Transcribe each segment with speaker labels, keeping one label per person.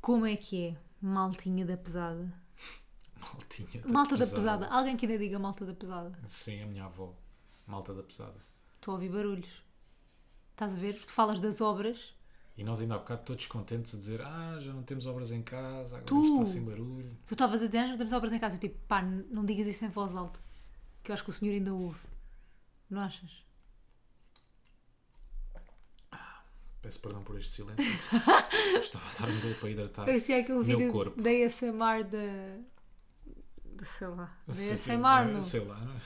Speaker 1: Como é que é? Maltinha da pesada.
Speaker 2: Maltinha
Speaker 1: malta da pesada. Alguém que ainda diga malta da pesada.
Speaker 2: Sim, a minha avó. Malta da pesada.
Speaker 1: Estou a ouvir barulhos. Estás a ver? Tu falas das obras.
Speaker 2: E nós ainda há bocado todos contentes a dizer ah, já não temos obras em casa, agora
Speaker 1: Tu.
Speaker 2: isto está sem barulho.
Speaker 1: Tu estavas a dizer, "Ah, não temos obras em casa. Eu tipo, pá, n- não digas isso em voz alta. Que eu acho que o senhor ainda ouve. Não achas?
Speaker 2: Peço perdão por este silêncio. Estava a dar um gol para hidratar.
Speaker 1: Parecia é aquele
Speaker 2: Meu
Speaker 1: vídeo
Speaker 2: corpo.
Speaker 1: da ASMR da... De, sei lá. Da
Speaker 2: Sei-
Speaker 1: ASMR,
Speaker 2: eu
Speaker 1: não?
Speaker 2: Sei lá. não é?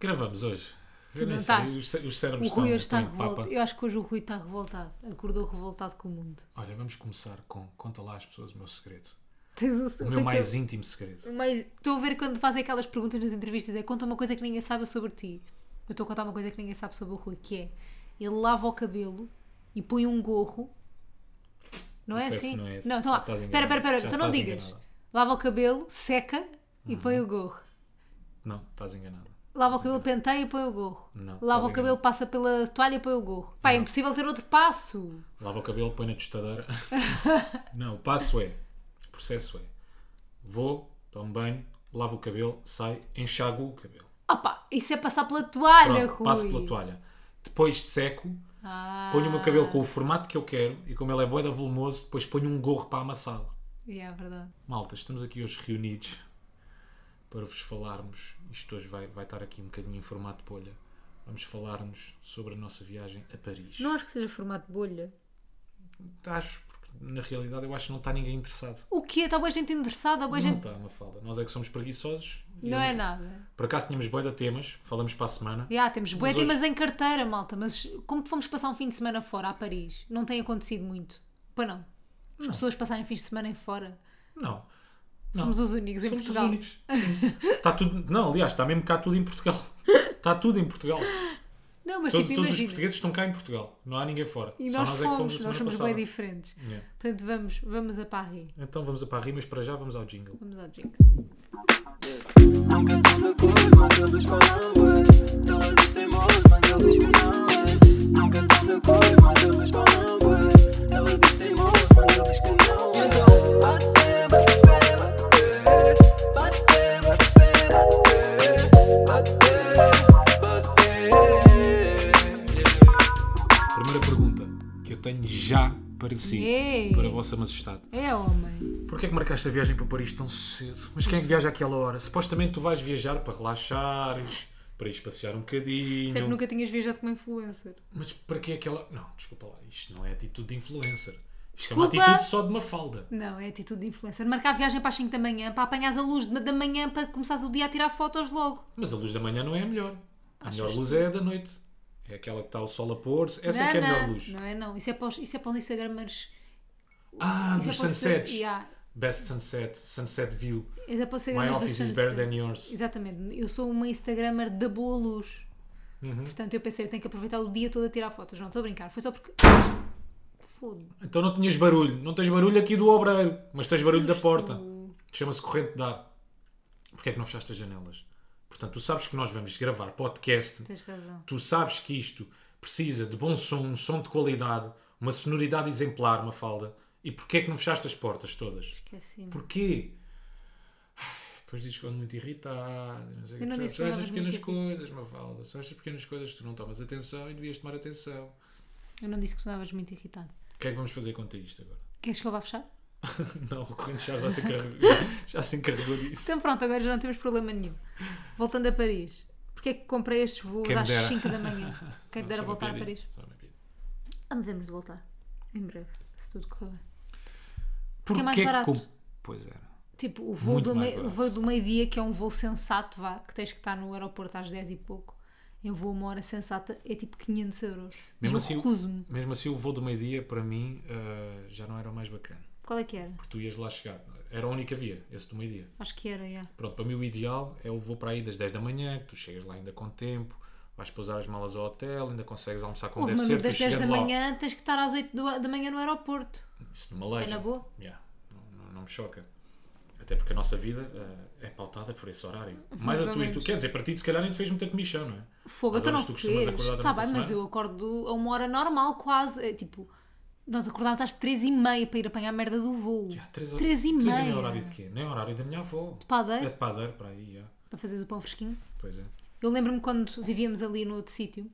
Speaker 2: Gravamos hoje.
Speaker 1: Tu
Speaker 2: Eu nem
Speaker 1: não
Speaker 2: sei,
Speaker 1: estás.
Speaker 2: os cé- os cérebros
Speaker 1: O
Speaker 2: estão,
Speaker 1: Rui hoje está
Speaker 2: estão em papa.
Speaker 1: revoltado. Eu acho que hoje o Rui está revoltado. Acordou revoltado com o mundo.
Speaker 2: Olha, vamos começar com conta lá às pessoas o meu segredo.
Speaker 1: Tens o,
Speaker 2: O
Speaker 1: Rui
Speaker 2: meu
Speaker 1: tem-
Speaker 2: mais íntimo segredo.
Speaker 1: Mas estou a ver quando fazem aquelas perguntas nas entrevistas, é conta uma coisa que ninguém sabe sobre ti. Eu estou a contar uma coisa que ninguém sabe sobre o Rui, que é ele lava o cabelo e põe um gorro. Não é
Speaker 2: Não sei se
Speaker 1: assim?
Speaker 2: não é esse.
Speaker 1: então
Speaker 2: Já
Speaker 1: lá.
Speaker 2: estás
Speaker 1: Espera,
Speaker 2: enganada.
Speaker 1: espera,
Speaker 2: Já
Speaker 1: espera, então não
Speaker 2: estás
Speaker 1: digas.
Speaker 2: enganada.
Speaker 1: Lava o cabelo, seca e põe o gorro.
Speaker 2: Não, estás enganada.
Speaker 1: Lava o
Speaker 2: Estás
Speaker 1: cabelo, penteia e põe o gorro. Lava
Speaker 2: Não, estás
Speaker 1: o cabelo,
Speaker 2: enganado.
Speaker 1: passa pela toalha e põe o gorro. Pá, é impossível ter outro passo.
Speaker 2: Lava o cabelo, põe na tostadora. não, o passo é, o processo é, vou, tomo banho, lavo o cabelo, saio, enxago o cabelo.
Speaker 1: Opa, isso é passar pela toalha,
Speaker 2: Pronto,
Speaker 1: Rui.
Speaker 2: passo pela toalha. Depois seco,
Speaker 1: Ah,
Speaker 2: ponho o meu cabelo com o formato que eu quero e como ele é boeda volumoso, depois ponho um gorro para amassá-lo.
Speaker 1: É verdade.
Speaker 2: Malta, estamos aqui hoje reunidos para vos falarmos, isto hoje vai, vai estar aqui um bocadinho em formato bolha, vamos falar-nos sobre a nossa viagem a Paris.
Speaker 1: Não acho que seja formato de bolha.
Speaker 2: Acho, porque na realidade eu acho que não está ninguém interessado.
Speaker 1: O quê? Está boa gente interessada, boa
Speaker 2: Não
Speaker 1: gente.
Speaker 2: está uma falda. Nós é que somos preguiçosos.
Speaker 1: Não
Speaker 2: Eu-
Speaker 1: é nada.
Speaker 2: Por acaso tínhamos boia de temas, falamos para a semana.
Speaker 1: Já, temos bué
Speaker 2: hoje-
Speaker 1: temas em carteira, malta, mas como fomos passar um fim de semana fora, a Paris, não tem acontecido muito. Pois não. As pessoas passarem fins de semana em fora.
Speaker 2: Não.
Speaker 1: Somos os únicos em
Speaker 2: Somos
Speaker 1: Portugal.
Speaker 2: os únicos. Está tudo. Não, aliás, está mesmo cá tudo em Portugal. Está tudo em Portugal.
Speaker 1: Não, mas
Speaker 2: Todo-
Speaker 1: tipo,
Speaker 2: todos os
Speaker 1: imagina.
Speaker 2: portugueses estão cá em Portugal. Não há ninguém fora.
Speaker 1: E nós
Speaker 2: é que
Speaker 1: fomos,
Speaker 2: a
Speaker 1: nós
Speaker 2: semana
Speaker 1: somos bem
Speaker 2: passada.
Speaker 1: diferentes.
Speaker 2: Yeah.
Speaker 1: Portanto, vamos, vamos a Paris.
Speaker 2: Então vamos a Paris, mas para já vamos ao jingle.
Speaker 1: Vamos ao jingle.
Speaker 3: Nunca tive cor, mas eles falam ué. Ela diz teimoso, mas ele diz que não é Nunca tive cor, mas eles falam ué. Ela diz teimoso, mas ele diz que não é Então bate, bate, bate, bate Bate, bate, bate, bate, bate
Speaker 2: Primeira pergunta que eu tenho já para si,
Speaker 1: Ei.
Speaker 2: para a Vossa Majestade.
Speaker 1: É homem.
Speaker 2: Porquê é que marcaste a viagem para Paris tão cedo? Mas quem é que viaja àquela hora? Supostamente tu vais viajar para relaxar, para ir espaciar um bocadinho.
Speaker 1: Sempre nunca tinhas viajado como influencer.
Speaker 2: Mas para que é aquela. Não, desculpa lá, isto não é atitude de influencer. Isto é
Speaker 1: Desculpa.
Speaker 2: uma atitude só de uma falda.
Speaker 1: Não, é atitude de influencer. Marcar a viagem para as 5 da manhã, para apanhares a luz de- da manhã, para começares o dia a tirar fotos logo.
Speaker 2: Mas a luz da manhã não é a melhor. A melhor luz é a da noite. É aquela que está o sol a pôr-se. Essa é que é a melhor luz.
Speaker 1: Não é não. Isso é para os, isso é para os Instagramers.
Speaker 2: Ah,
Speaker 1: Isso é
Speaker 2: dos
Speaker 1: para os-
Speaker 2: sunsets.
Speaker 1: Yeah.
Speaker 2: Best sunset, sunset view.
Speaker 1: Isso é para os
Speaker 2: My
Speaker 1: Instagramers dos
Speaker 2: office is better
Speaker 1: sunsets.
Speaker 2: than yours.
Speaker 1: Exatamente. Eu sou uma Instagrammer da boa luz.
Speaker 2: Uhum.
Speaker 1: Portanto, eu pensei, eu tenho que aproveitar o dia todo a tirar fotos. Não, estou a brincar. Foi só porque... Foda-me.
Speaker 2: Então não tinhas barulho. Não tens barulho aqui do obreiro, mas tens barulho da
Speaker 1: Justo.
Speaker 2: porta. Chama-se corrente de ar. Porquê é que não fechaste as janelas? Portanto, tu sabes que nós vamos gravar podcast.
Speaker 1: Tens razão.
Speaker 2: tu sabes que isto precisa de bom som, um som de qualidade, uma sonoridade exemplar, uma falda. E porquê é que não fechaste as portas todas?
Speaker 1: Esqueci-me.
Speaker 2: Porquê? Ai, Depois dizes que ando muito irritado. Não sei o
Speaker 1: Eu não
Speaker 2: quê.
Speaker 1: disse que
Speaker 2: só estas
Speaker 1: andavas
Speaker 2: pequenas
Speaker 1: muito
Speaker 2: coisas, uma falda. Só estas pequenas coisas que tu não tomas atenção e devias tomar atenção.
Speaker 1: Eu não disse que estavas muito irritado.
Speaker 2: O que é que vamos fazer contra isto agora?
Speaker 1: Queres que eu vá fechar?
Speaker 2: não, o Corrente já se encarregou, já se encarregou disso.
Speaker 1: Então pronto, agora já não temos problema nenhum. Voltando a Paris. Porquê é que comprei estes voos
Speaker 2: Quem me
Speaker 1: às
Speaker 2: dera.
Speaker 1: 5 da manhã? Quem me dera
Speaker 2: Só uma
Speaker 1: voltar a
Speaker 2: piadinha,
Speaker 1: Paris.
Speaker 2: só uma piadinha.
Speaker 1: Ah, devemos de voltar. Em breve. Se tudo correr bem. é mais
Speaker 2: Porquê que.
Speaker 1: barato.
Speaker 2: comp- Pois era.
Speaker 1: Tipo, o voo,
Speaker 2: Muito
Speaker 1: do,
Speaker 2: mais
Speaker 1: mei- o
Speaker 2: barato.
Speaker 1: voo do meio-dia, que é um voo sensato, vá, que tens que estar no aeroporto às 10 e pouco, em voo a uma hora sensata, é tipo 500 euros.
Speaker 2: Mesmo
Speaker 1: e
Speaker 2: assim,
Speaker 1: eu
Speaker 2: o-
Speaker 1: recuso-me.
Speaker 2: Mesmo assim, o voo do meio-dia, para mim, ah, já não era o mais bacana.
Speaker 1: Qual é que era?
Speaker 2: tu ias lá chegar. Era a única via, esse do meio-dia.
Speaker 1: Acho que era, yeah.
Speaker 2: Pronto, para mim o ideal é eu vou para aí das 10 da manhã, que tu chegas lá ainda com tempo, vais pousar as malas ao hotel, ainda consegues almoçar quando
Speaker 1: Houve
Speaker 2: deve
Speaker 1: uma das
Speaker 2: ser, depois
Speaker 1: 10
Speaker 2: chegando
Speaker 1: da
Speaker 2: lá.
Speaker 1: manhã, tens que estar às 8 do- da manhã no aeroporto.
Speaker 2: Isso numa leja.
Speaker 1: É na boa?
Speaker 2: Yeah, não, não- não me choca. Até porque a nossa vida ah, é pautada por esse horário.
Speaker 1: Mais
Speaker 2: Mais a
Speaker 1: ou
Speaker 2: tua e tu
Speaker 1: menos.
Speaker 2: quer dizer, para ti se calhar nem te fez muita comichão, não é?
Speaker 1: Fogo,
Speaker 2: Às
Speaker 1: então não
Speaker 2: horas que tu costumas
Speaker 1: fez.
Speaker 2: acordar
Speaker 1: Está
Speaker 2: durante a
Speaker 1: bem, mas
Speaker 2: semana.
Speaker 1: eu acordo a uma hora normal, quase. É, tipo, Nós acordámos às 3 e meia para ir apanhar a merda do voo.
Speaker 2: Já, três, hor-
Speaker 1: Três e
Speaker 2: três
Speaker 1: meia.
Speaker 2: horário de quê? Nem horário da minha avó.
Speaker 1: De padeiro,
Speaker 2: É de padeiro para aí, já.
Speaker 1: para fazer o pão fresquinho.
Speaker 2: Pois é.
Speaker 1: Eu lembro-me quando vivíamos ali no outro sítio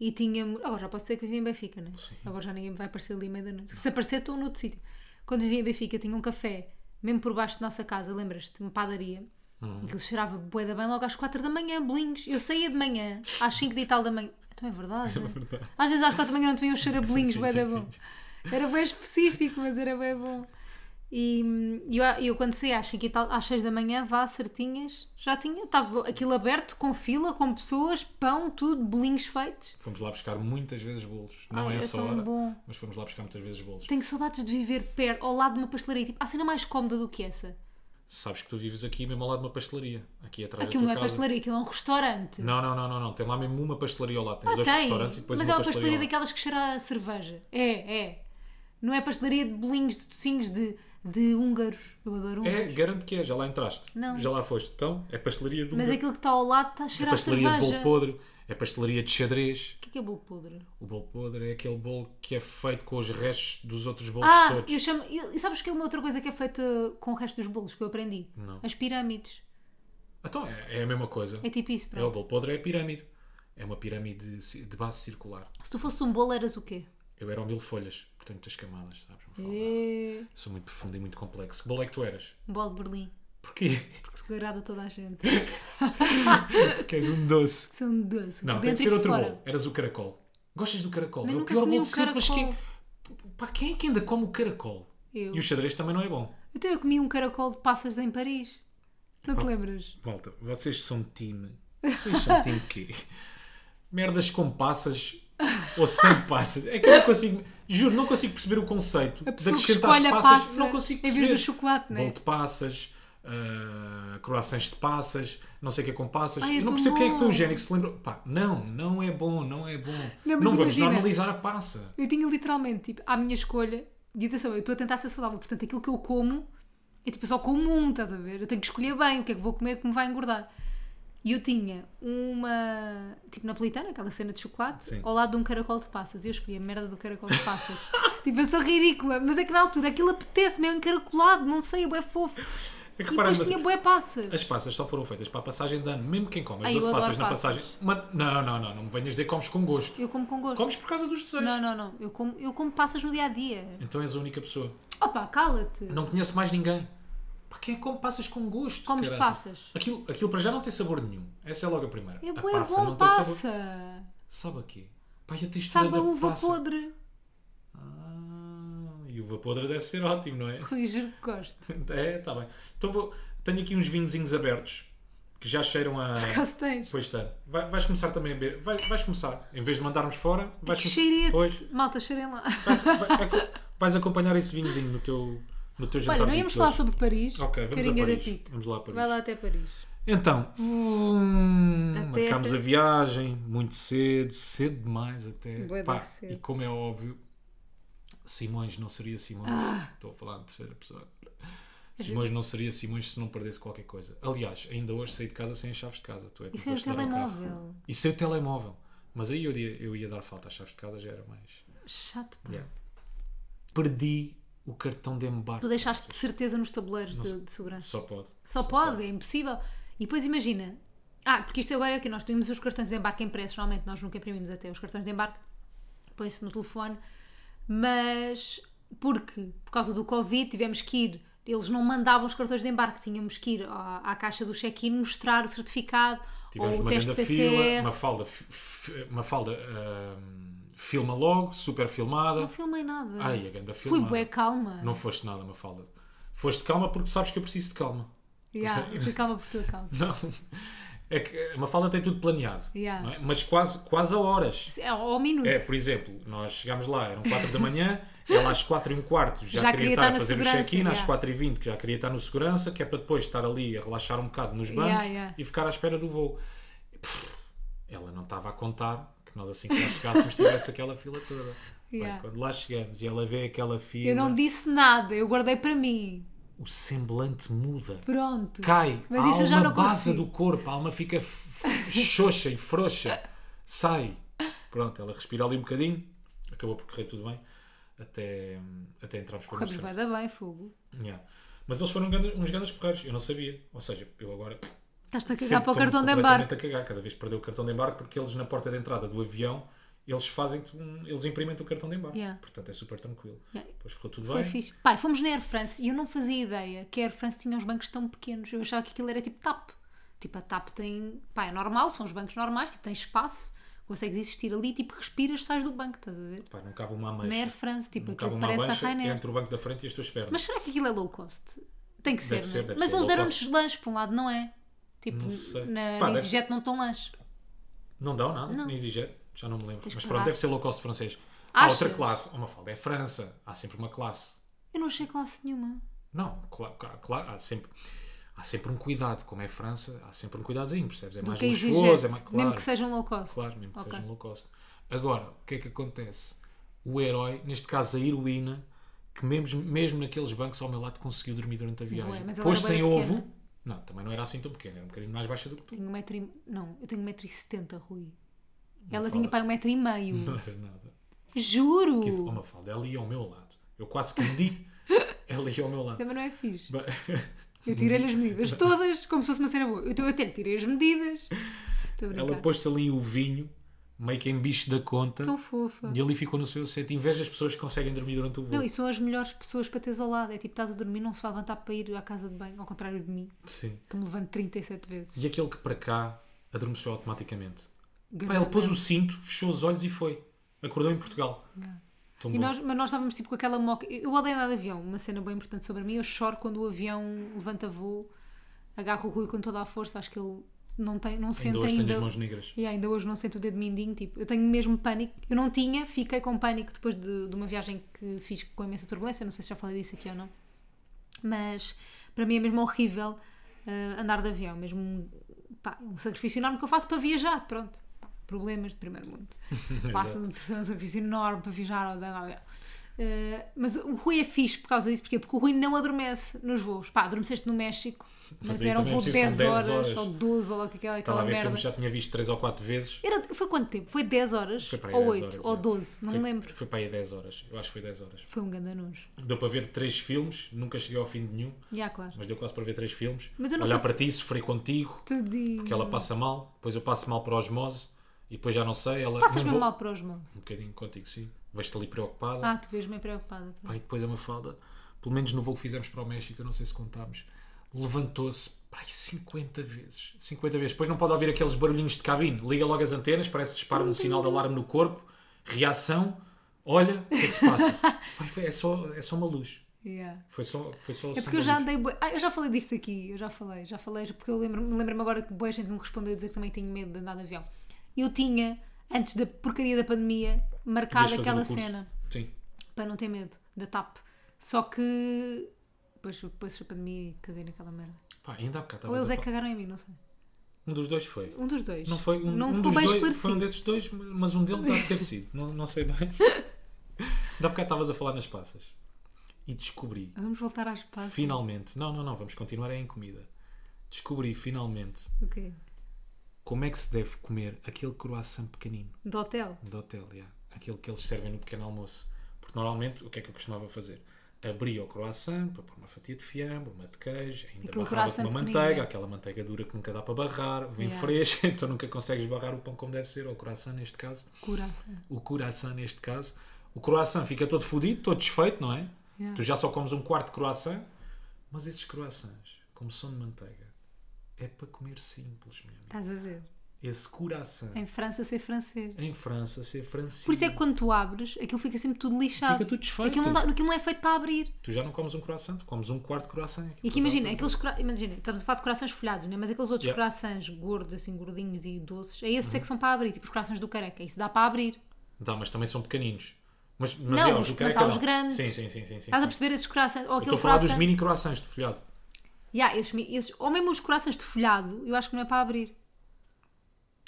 Speaker 1: e tínhamos. Agora já posso dizer que vivia em Benfica, não é?
Speaker 2: Sim.
Speaker 1: Agora já ninguém me vai aparecer ali à meia-noite. Se aparecer, estou no outro sítio. Quando vivia em Benfica, tinha um café, mesmo por baixo da nossa casa, lembras-te? Uma padaria. E aquilo cheirava boeda bem logo às 4 da manhã, bolinhos. Eu saía de manhã, às 5 e tal da manhã. Então é verdade. é?
Speaker 2: verdade.
Speaker 1: Às vezes às 4 da manhã não te vinha um cheiro a bolinhos,
Speaker 2: Sim,
Speaker 1: boeda
Speaker 2: sim,
Speaker 1: bom.
Speaker 2: sim.
Speaker 1: Era bem específico, mas era bem bom. E hum, eu, eu quando saí às 5 e tal, às 6 da manhã, vá certinhas, já tinha, estava aquilo aberto, com fila, com pessoas, pão, tudo, bolinhos feitos.
Speaker 2: Fomos lá buscar muitas vezes bolos. Não
Speaker 1: Ai,
Speaker 2: é
Speaker 1: era
Speaker 2: só
Speaker 1: tão
Speaker 2: hora,
Speaker 1: bom.
Speaker 2: mas fomos lá buscar muitas vezes bolos.
Speaker 1: Tenho saudades de viver perto, ao lado de uma pastelaria. Tipo, há cena mais cómoda do que essa.
Speaker 2: Sabes que tu vives aqui mesmo ao lado de uma pastelaria. Aqui atrás
Speaker 1: Aquilo
Speaker 2: da
Speaker 1: não
Speaker 2: tua
Speaker 1: é
Speaker 2: casa.
Speaker 1: pastelaria, aquilo é um restaurante.
Speaker 2: Não, não, não, não, não. Tem lá mesmo uma pastelaria ao lado. Tens dois
Speaker 1: Ah, tem,
Speaker 2: restaurantes e depois
Speaker 1: mas
Speaker 2: uma
Speaker 1: é uma pastelaria
Speaker 2: pastelaria. ao lado.
Speaker 1: daquelas que cheira a cerveja. É, é. Não é pastelaria de bolinhos, de tocinhos, de, de húngaros. Eu adoro
Speaker 2: É,
Speaker 1: húngaros.
Speaker 2: garanto que é. Já lá entraste.
Speaker 1: Não.
Speaker 2: Já lá foste. Então, é pastelaria do
Speaker 1: mas
Speaker 2: meu-
Speaker 1: aquilo que está ao lado está a
Speaker 2: É
Speaker 1: cheirar a
Speaker 2: pastelaria de
Speaker 1: cerveja.
Speaker 2: bolo podre. É pastelaria de xadrez.
Speaker 1: O que é, que é bolo podre?
Speaker 2: O bolo podre é aquele bolo que é feito com os restos dos outros bolos
Speaker 1: Ah,
Speaker 2: todos.
Speaker 1: eu chamo. E e sabes que é uma outra coisa que é feita com o resto dos bolos que eu aprendi?
Speaker 2: Não.
Speaker 1: As pirâmides.
Speaker 2: Então, é, é a mesma coisa.
Speaker 1: É tipo isso,
Speaker 2: É o
Speaker 1: pronto.
Speaker 2: bolo podre, é a pirâmide. É uma pirâmide de de base circular.
Speaker 1: Se tu fosse um bolo, eras o quê?
Speaker 2: Eu era um mil folhas, portanto, muitas camadas, sabes? Não falo.
Speaker 1: É...
Speaker 2: Sou muito profundo e muito complexo. Que bolo é que tu eras?
Speaker 1: Um bolo de Berlim.
Speaker 2: Porquê?
Speaker 1: Porque se agrada a toda a gente.
Speaker 2: Porque és um doce.
Speaker 1: São doce.
Speaker 2: Não,
Speaker 1: por
Speaker 2: tem que
Speaker 1: dentro e
Speaker 2: ser
Speaker 1: por
Speaker 2: outro
Speaker 1: fora.
Speaker 2: bolo. Eras o caracol. Gostas do caracol?
Speaker 1: Mas
Speaker 2: é o
Speaker 1: nunca
Speaker 2: pior
Speaker 1: comi um
Speaker 2: bolo de
Speaker 1: o
Speaker 2: sempre, mas quem... Pá, quem é que ainda come o caracol?
Speaker 1: Eu.
Speaker 2: E o xadrez também não é bom.
Speaker 1: Então eu comi um caracol de passas em Paris. Não te lembras?
Speaker 2: Malta, vocês são time. Vocês são time quê? Merdas com passas ou sem passas. É que eu não consigo. Juro, não consigo perceber o conceito.
Speaker 1: A pessoa que
Speaker 2: acrescentar as
Speaker 1: escolhe a
Speaker 2: passas,
Speaker 1: passa
Speaker 2: não consigo
Speaker 1: em vez
Speaker 2: perceber.
Speaker 1: do chocolate, né?
Speaker 2: Bolo de passas, ah, croissants de passas, não sei o que é com passas.
Speaker 1: Ai, é
Speaker 2: eu não
Speaker 1: tão
Speaker 2: percebo quem é que foi o
Speaker 1: bom.
Speaker 2: gênio que se lembrou. Pá, não, não é bom, não é bom.
Speaker 1: Não,
Speaker 2: Não,
Speaker 1: mas
Speaker 2: vamos
Speaker 1: imagina.
Speaker 2: normalizar a passa.
Speaker 1: Eu tinha literalmente, tipo, à minha escolha, e atenção, eu estou a tentar ser saudável, portanto aquilo que eu como é tipo, eu só como um, estás a ver? Eu tenho que escolher bem o que é que vou comer que me vai engordar. E eu tinha uma, tipo, napolitana, aquela cena de chocolate,
Speaker 2: Sim.
Speaker 1: ao lado de um caracol de passas. E eu escolhi a merda do caracol de passas. tipo, eu sou ridícula, mas é que na altura aquilo apetece, meio encaracolado, não sei, é bué fofo.
Speaker 2: É que
Speaker 1: e
Speaker 2: repara,
Speaker 1: depois
Speaker 2: mas
Speaker 1: tinha bué passas.
Speaker 2: As passas só foram feitas para a passagem de ano. Mesmo quem come
Speaker 1: Ai,
Speaker 2: as
Speaker 1: eu
Speaker 2: 12
Speaker 1: adoro
Speaker 2: passas na
Speaker 1: passas.
Speaker 2: passagem. Mas, não, não, não, não me venhas dizer que comes com gosto.
Speaker 1: Eu como com gosto.
Speaker 2: Comes por causa dos desejos.
Speaker 1: Não, não, não. Eu como, eu como passas no dia a dia.
Speaker 2: Então és a única pessoa.
Speaker 1: Opa, cala-te.
Speaker 2: Não conheço mais ninguém. Para quem come passas com gosto?
Speaker 1: Comes
Speaker 2: caralho?
Speaker 1: passas.
Speaker 2: Aquilo, aquilo para já não tem sabor nenhum. Essa é logo a primeira.
Speaker 1: É
Speaker 2: a
Speaker 1: bué bom
Speaker 2: tem sabor.
Speaker 1: passa.
Speaker 2: Sabe a quê? Pá, e a textura
Speaker 1: Sabe a
Speaker 2: da
Speaker 1: uva
Speaker 2: passa.
Speaker 1: podre?
Speaker 2: Ah, e uva podre deve ser ótimo, não é?
Speaker 1: Rui, juro que gosto.
Speaker 2: É, está bem. Então vou... Tenho aqui uns vinhozinhos abertos que já cheiram a...
Speaker 1: Caso tens.
Speaker 2: Pois está. Vai- vais começar também a beber. Vai- vais começar. Em vez de mandarmos fora, vais
Speaker 1: Que é
Speaker 2: come-
Speaker 1: cheirete.
Speaker 2: Pois.
Speaker 1: Malta, cheirem lá.
Speaker 2: Vais, vai- vai- vais acompanhar esse vinhozinho no teu, no teu jantar.
Speaker 1: Olha, não íamos falar sobre Paris.
Speaker 2: Ok, vamos
Speaker 1: Carinha
Speaker 2: a
Speaker 1: de
Speaker 2: Paris.
Speaker 1: apito.
Speaker 2: Vamos lá a Paris.
Speaker 1: Vai lá até Paris.
Speaker 2: Então, hum,
Speaker 1: Até-
Speaker 2: marcámos a viagem muito cedo, cedo demais até.
Speaker 1: Bué
Speaker 2: Pá,
Speaker 1: da cedo.
Speaker 2: e como é óbvio, Simões não seria Simões.
Speaker 1: Ah.
Speaker 2: Estou a falar em terceira pessoa. Simões não seria Simões se não perdesse qualquer coisa. Aliás, ainda hoje saí de casa sem as chaves de casa. Tu é que
Speaker 1: Isso
Speaker 2: me
Speaker 1: é o
Speaker 2: foste dar ao carro.
Speaker 1: telemóvel.
Speaker 2: Isso é o telemóvel. Mas aí eu ia, eu ia dar falta às chaves de casa, já era mais.
Speaker 1: Chato, pá.
Speaker 2: Yeah. Perdi o cartão de embarque.
Speaker 1: Tu deixaste de certeza nos tabuleiros de, de segurança.
Speaker 2: Só pode.
Speaker 1: Só pode, é impossível. E depois imagina. Ah, porque isto agora é que nós temos os cartões de embarque impressos, normalmente nós nunca imprimimos até os cartões de embarque, põe-se no telefone, mas porque por causa do Covid tivemos que ir, eles não mandavam os cartões de embarque, tínhamos que ir à, à caixa do check-in mostrar o certificado
Speaker 2: Tivemos
Speaker 1: ou o
Speaker 2: uma
Speaker 1: teste
Speaker 2: grande
Speaker 1: PCR.
Speaker 2: fila, uma falda, fi- fi- uma falda ahm, filma logo, super filmada.
Speaker 1: Não filmei nada.
Speaker 2: Ai, a grande
Speaker 1: Fui
Speaker 2: filmada.
Speaker 1: bué calma.
Speaker 2: Não foste nada, uma falda. Foste calma porque sabes que eu preciso de calma.
Speaker 1: Yeah,
Speaker 2: Pois é.
Speaker 1: eu fui calma por tua causa.
Speaker 2: Não. É que uma falda tem tudo planeado,
Speaker 1: Yeah.
Speaker 2: não é? mas quase, quase a horas.
Speaker 1: É, ao minuto.
Speaker 2: É, por exemplo, nós chegámos lá, eram 4 da manhã, ela às 4 e um quarto já, queria estar a
Speaker 1: na
Speaker 2: fazer o
Speaker 1: segurança,
Speaker 2: check-in, às
Speaker 1: yeah.
Speaker 2: 4 e 20 que já queria estar no segurança, que é para depois estar ali a relaxar um bocado nos bancos
Speaker 1: Yeah, yeah.
Speaker 2: e ficar à espera do voo. Pff, Ela não estava a contar que nós assim que lá chegássemos tivesse aquela fila toda.
Speaker 1: Yeah.
Speaker 2: Bem, quando lá chegamos e ela vê aquela fila,
Speaker 1: eu não disse nada, eu guardei para mim.
Speaker 2: o semblante muda.
Speaker 1: Pronto.
Speaker 2: Cai,
Speaker 1: Mas
Speaker 2: a
Speaker 1: isso
Speaker 2: alma
Speaker 1: eu já não
Speaker 2: base
Speaker 1: consigo.
Speaker 2: do corpo, a alma fica f- f- xoxa e frouxa, sai. Pronto, ela respira ali um bocadinho, acabou por correr tudo bem até, até entrarmos para o
Speaker 1: Corremos
Speaker 2: mestrado.
Speaker 1: bem, bem, fogo.
Speaker 2: Yeah. Mas eles foram grandes- uns grandes porreiros, eu não sabia. Ou seja, eu agora
Speaker 1: Estás-te a cagar
Speaker 2: sempre
Speaker 1: para o
Speaker 2: estou-me
Speaker 1: cartão de
Speaker 2: completamente
Speaker 1: embarque.
Speaker 2: a cagar. Cada vez que perdeu o cartão de embarque porque eles na porta de entrada do avião eles fazem eles imprimem o cartão de embarque.
Speaker 1: Yeah.
Speaker 2: Portanto é super tranquilo.
Speaker 1: Yeah.
Speaker 2: Depois correu tudo
Speaker 1: Foi
Speaker 2: bem.
Speaker 1: fixe. Pai, fomos na Air France e eu não fazia ideia que a Air France tinha uns bancos tão pequenos. Eu achava que aquilo era tipo TAP. Tipo, a TAP tem. Pá, é normal, são os bancos normais, tipo, tem espaço, consegues existir ali, tipo, respiras, sais do banco, estás a ver?
Speaker 2: Pá, não cabe uma
Speaker 1: Na Air
Speaker 2: ameixa.
Speaker 1: France, tipo,
Speaker 2: Não cabe
Speaker 1: aquilo
Speaker 2: é. Um uma
Speaker 1: parece a
Speaker 2: ameixa
Speaker 1: Rainer.
Speaker 2: entre o banco da frente e as tuas pernas.
Speaker 1: Mas será que aquilo é low cost? Tem que ser,
Speaker 2: Deve ser,
Speaker 1: não é?
Speaker 2: deve
Speaker 1: Mas
Speaker 2: ser
Speaker 1: eles
Speaker 2: low
Speaker 1: deram-nos
Speaker 2: cost.
Speaker 1: lanche para um lado, não é? Tipo,
Speaker 2: Não sei.
Speaker 1: na,
Speaker 2: Pá,
Speaker 1: na
Speaker 2: deve-
Speaker 1: EasyJet não estão lanche.
Speaker 2: Não dão nada,
Speaker 1: Não.
Speaker 2: nem EasyJet, já não me lembro.
Speaker 1: Tens
Speaker 2: Mas
Speaker 1: que
Speaker 2: pronto,
Speaker 1: pagar.
Speaker 2: deve ser low cost francês. Há
Speaker 1: Achas?
Speaker 2: outra classe, uma falda é França, há sempre uma classe.
Speaker 1: Eu não achei classe nenhuma.
Speaker 2: Não, claro, claro há, sempre, há sempre um cuidado, como é França, há sempre um cuidadozinho, percebes? É
Speaker 1: Do
Speaker 2: mais
Speaker 1: que a
Speaker 2: luxuoso, é mais
Speaker 1: EasyJet,
Speaker 2: claro.
Speaker 1: mesmo que sejam low cost.
Speaker 2: Claro, mesmo que
Speaker 1: Ok.
Speaker 2: seja um low cost. Agora, o que é que acontece? O herói, neste caso a heroína, que mesmo, mesmo naqueles bancos ao meu lado conseguiu dormir durante a viagem.
Speaker 1: Bué, mas ela
Speaker 2: Pôs
Speaker 1: era
Speaker 2: sem
Speaker 1: bué
Speaker 2: ovo.
Speaker 1: pequena.
Speaker 2: Não, também não era assim tão pequena, era um bocadinho mais baixa do que tu.
Speaker 1: Tenho um metro e... Não, eu tenho 1,70m, Rui. Ela
Speaker 2: fala.
Speaker 1: tinha para um metro e meio.
Speaker 2: Não era nada.
Speaker 1: Juro!
Speaker 2: Quer
Speaker 1: Hum.
Speaker 2: dizer, uma falda, ela ia ao oh, meu lado. Eu quase que medi, ela ia ao meu lado.
Speaker 1: Também não é fixe.
Speaker 2: Ba-
Speaker 1: Eu tirei-lhe as medidas todas, como se fosse uma cena boa. Eu, eu até lhe tirei as medidas. Estou a
Speaker 2: Ela
Speaker 1: brincar.
Speaker 2: pôs-se ali o vinho, meio que em bicho da conta,
Speaker 1: Tão fofa.
Speaker 2: e ali ficou no seu assento. Inveja as pessoas que conseguem dormir durante o voo.
Speaker 1: Não, e são as melhores pessoas para teres ao lado. É tipo, estás a dormir, não se vai levantar para ir à casa de banho, ao contrário de mim,
Speaker 2: Sim.
Speaker 1: que me levanto 37 vezes.
Speaker 2: E aquele que para cá adormeceu automaticamente. Pá,
Speaker 1: Ganda
Speaker 2: ele pôs o
Speaker 1: merda.
Speaker 2: cinto, fechou os olhos e foi. Acordou em Portugal.
Speaker 1: Yeah.
Speaker 2: Tão
Speaker 1: E
Speaker 2: bom.
Speaker 1: nós, mas nós estávamos tipo com aquela moca. Eu odeio andar de avião, uma cena bem importante sobre mim. Eu choro quando o avião levanta voo, agarro o Rui com toda a força. Acho que ele não, tem, não
Speaker 2: Ainda
Speaker 1: sente
Speaker 2: hoje tenho
Speaker 1: ainda.
Speaker 2: as mãos negras.
Speaker 1: E ainda hoje não sento o dedo mindinho, tipo, eu tenho mesmo pânico. Eu não tinha, fiquei com pânico depois de, de uma viagem que fiz com imensa turbulência, não sei se já falei disso aqui ou não. Mas para mim é mesmo horrível eh, andar de avião, mesmo um- pá, um sacrifício enorme que eu faço para viajar, pronto. Pá, Problemas de primeiro mundo. faço um, um sacrifício enorme para viajar ou andar de avião. Eh, mas o Rui é fixe por causa disso, porquê? Porque o Rui não adormece nos voos. Pá, adormeceste no México, mas,
Speaker 2: Mas aí
Speaker 1: era um
Speaker 2: também é
Speaker 1: voo de 10,
Speaker 2: preciso, são 10
Speaker 1: horas,
Speaker 2: horas.
Speaker 1: ou 12 ou lá o que aquela, aquela
Speaker 2: Estava a ver
Speaker 1: merda.
Speaker 2: filmes, já tinha visto 3 ou 4 vezes.
Speaker 1: Era, foi quanto tempo? Foi 10 horas?
Speaker 2: Foi para aí
Speaker 1: ou
Speaker 2: 10
Speaker 1: 8?
Speaker 2: horas,
Speaker 1: ou
Speaker 2: é.
Speaker 1: 12? Não
Speaker 2: Foi-
Speaker 1: me lembro.
Speaker 2: Foi para aí 10 horas. Eu acho que foi 10 horas.
Speaker 1: Foi um ganda nojo.
Speaker 2: Deu para ver 3 filmes, nunca cheguei ao fim de nenhum,
Speaker 1: Já, claro.
Speaker 2: mas deu quase para ver 3 filmes.
Speaker 1: Mas eu não
Speaker 2: Olhar
Speaker 1: sei- Hum.
Speaker 2: para ti, sofrer contigo,
Speaker 1: Tudinho.
Speaker 2: que ela passa mal, depois eu passo mal para osmose e depois já não sei. Ela
Speaker 1: Passas-me
Speaker 2: não vou-
Speaker 1: mal para os mãos.
Speaker 2: Um bocadinho contigo, sim. Vejo-te ali preocupada.
Speaker 1: Ah, tu vês-me preocupada.
Speaker 2: Pá, e depois a Mafalda, pelo menos no voo que fizemos para o México, eu não sei se contámos, levantou-se pá, aí 50 vezes. 50 vezes. Depois não pode ouvir aqueles barulhinhos de cabine. Liga logo as antenas, parece que dispara um sinal de alarme no corpo. Reação. Olha, o que é que se passa? Pá, foi- é, só, é só uma luz.
Speaker 1: Yeah.
Speaker 2: Foi só, foi só o
Speaker 1: É
Speaker 2: som
Speaker 1: porque eu
Speaker 2: da
Speaker 1: já
Speaker 2: luz.
Speaker 1: andei. bué- Ah, eu já falei disto aqui, eu já falei, já falei, porque eu lembro- lembro-me agora que boa gente me respondeu a dizer que também tenho medo de andar de avião. Eu tinha, antes da porcaria da pandemia,
Speaker 2: Podias
Speaker 1: marcado
Speaker 2: fazer
Speaker 1: aquela
Speaker 2: o curso.
Speaker 1: cena
Speaker 2: Sim.
Speaker 1: para não ter medo da TAP. Só que. Depois, depois da pandemia e caguei naquela merda.
Speaker 2: Pá, ainda há bocado
Speaker 1: Ou eles
Speaker 2: estavas a
Speaker 1: é que
Speaker 2: falar.
Speaker 1: cagaram em mim, não sei.
Speaker 2: Um dos dois foi.
Speaker 1: Um dos dois.
Speaker 2: Não foi um,
Speaker 1: não
Speaker 2: um
Speaker 1: ficou
Speaker 2: dos
Speaker 1: bem
Speaker 2: dois,
Speaker 1: esclarecido.
Speaker 2: Foi um desses dois, mas um deles há de ter sido. Não, não sei bem. Ainda há bocado estavas a falar nas passas. E descobri
Speaker 1: Vamos voltar às passas.
Speaker 2: Finalmente, não, não, não, vamos continuar é em comida. Descobri finalmente
Speaker 1: Ok.
Speaker 2: como é que se deve comer aquele croissant pequenino
Speaker 1: Do hotel.
Speaker 2: do hotel, já. aquele que eles servem no pequeno almoço. Porque normalmente o que é que eu costumava fazer? Abria o croissant para pôr uma fatia de fiambre, uma de queijo, ainda
Speaker 1: Aquele
Speaker 2: barrava com
Speaker 1: croissant
Speaker 2: uma
Speaker 1: pequenino,
Speaker 2: manteiga,
Speaker 1: é.
Speaker 2: aquela manteiga dura que nunca dá para barrar, vem
Speaker 1: Yeah.
Speaker 2: fresca, então nunca consegues barrar o pão como deve ser, ou o croissant neste caso.
Speaker 1: Curaça.
Speaker 2: o coração neste caso, o croissant fica todo fodido, todo desfeito, não é?
Speaker 1: Yeah.
Speaker 2: Tu já só comes um quarto de croissant, mas esses croissants, como são de manteiga, é para comer simples, meu amigo.
Speaker 1: Estás a ver?
Speaker 2: Esse coração
Speaker 1: Em França ser francês.
Speaker 2: em França, ser francês,
Speaker 1: Por isso é que quando tu abres, aquilo fica sempre tudo lixado.
Speaker 2: Fica tudo desfeito.
Speaker 1: Aquilo não, dá- aquilo não é feito para abrir.
Speaker 2: tu já não comes um croissant, tu comes um quarto de croissant.
Speaker 1: E aqui imagina, aqueles cora- imagina, estamos a falar de corações folhados, né? mas aqueles outros
Speaker 2: Yeah. Uhum.
Speaker 1: corações gordos, assim, gordinhos e doces, é esses é que são para abrir, tipo os corações do careca, isso dá para abrir.
Speaker 2: Dá, mas também são pequeninos. Mas, mas
Speaker 1: Não,
Speaker 2: é,
Speaker 1: os-
Speaker 2: do
Speaker 1: mas
Speaker 2: careca
Speaker 1: há os
Speaker 2: não.
Speaker 1: grandes.
Speaker 2: Sim, sim, sim. sim, sim,
Speaker 1: Estás a
Speaker 2: sim.
Speaker 1: perceber esses corações? Ou
Speaker 2: Eu Estou
Speaker 1: aquele
Speaker 2: a falar dos
Speaker 1: coração.
Speaker 2: mini croissants de folhado.
Speaker 1: Yeah, esses mi- esses- ou mesmo os corações de folhado, eu acho que não é para abrir.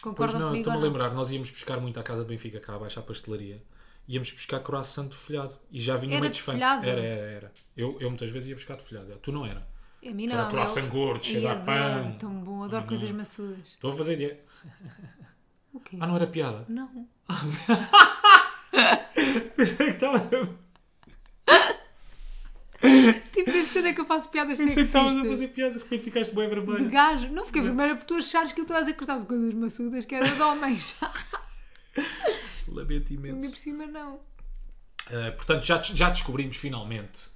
Speaker 2: Pois
Speaker 1: Concordam
Speaker 2: não,
Speaker 1: comigo?
Speaker 2: estou-me a
Speaker 1: ou não?
Speaker 2: lembrar, nós íamos buscar muito à casa de Benfica, cá abaixo à pastelaria. Íamos buscar croissant de folhado e já vinha
Speaker 1: Era
Speaker 2: meio
Speaker 1: de
Speaker 2: desfante.
Speaker 1: folhado?
Speaker 2: Era, era, era. Eu, eu muitas vezes ia buscar de folhado. Tu não era.
Speaker 1: A mim É não.
Speaker 2: era
Speaker 1: eu- então.
Speaker 2: croissant gordo, cheio de Uhum.
Speaker 1: Ai,
Speaker 2: pão.
Speaker 1: adoro, Tão bom, adoro coisas maçudas.
Speaker 2: Estou a fazer ideia.
Speaker 1: O quê?
Speaker 2: Ah, não era piada?
Speaker 1: Não.
Speaker 2: Pensei que estava a
Speaker 1: Tipo, desde quando é que eu faço piadas
Speaker 2: pensei que estavas a
Speaker 1: sexistas?
Speaker 2: fazer piada, de repente ficaste bem
Speaker 1: De
Speaker 2: vermelho.
Speaker 1: gajo. Não fiquei
Speaker 2: Hum.
Speaker 1: vermelha porque tu achares que eu estou a dizer que gostava de coisas maçudas, que era de homens.
Speaker 2: Lamento
Speaker 1: Ainda
Speaker 2: imenso.
Speaker 1: por cima não.
Speaker 2: Uh, portanto, já, já descobrimos finalmente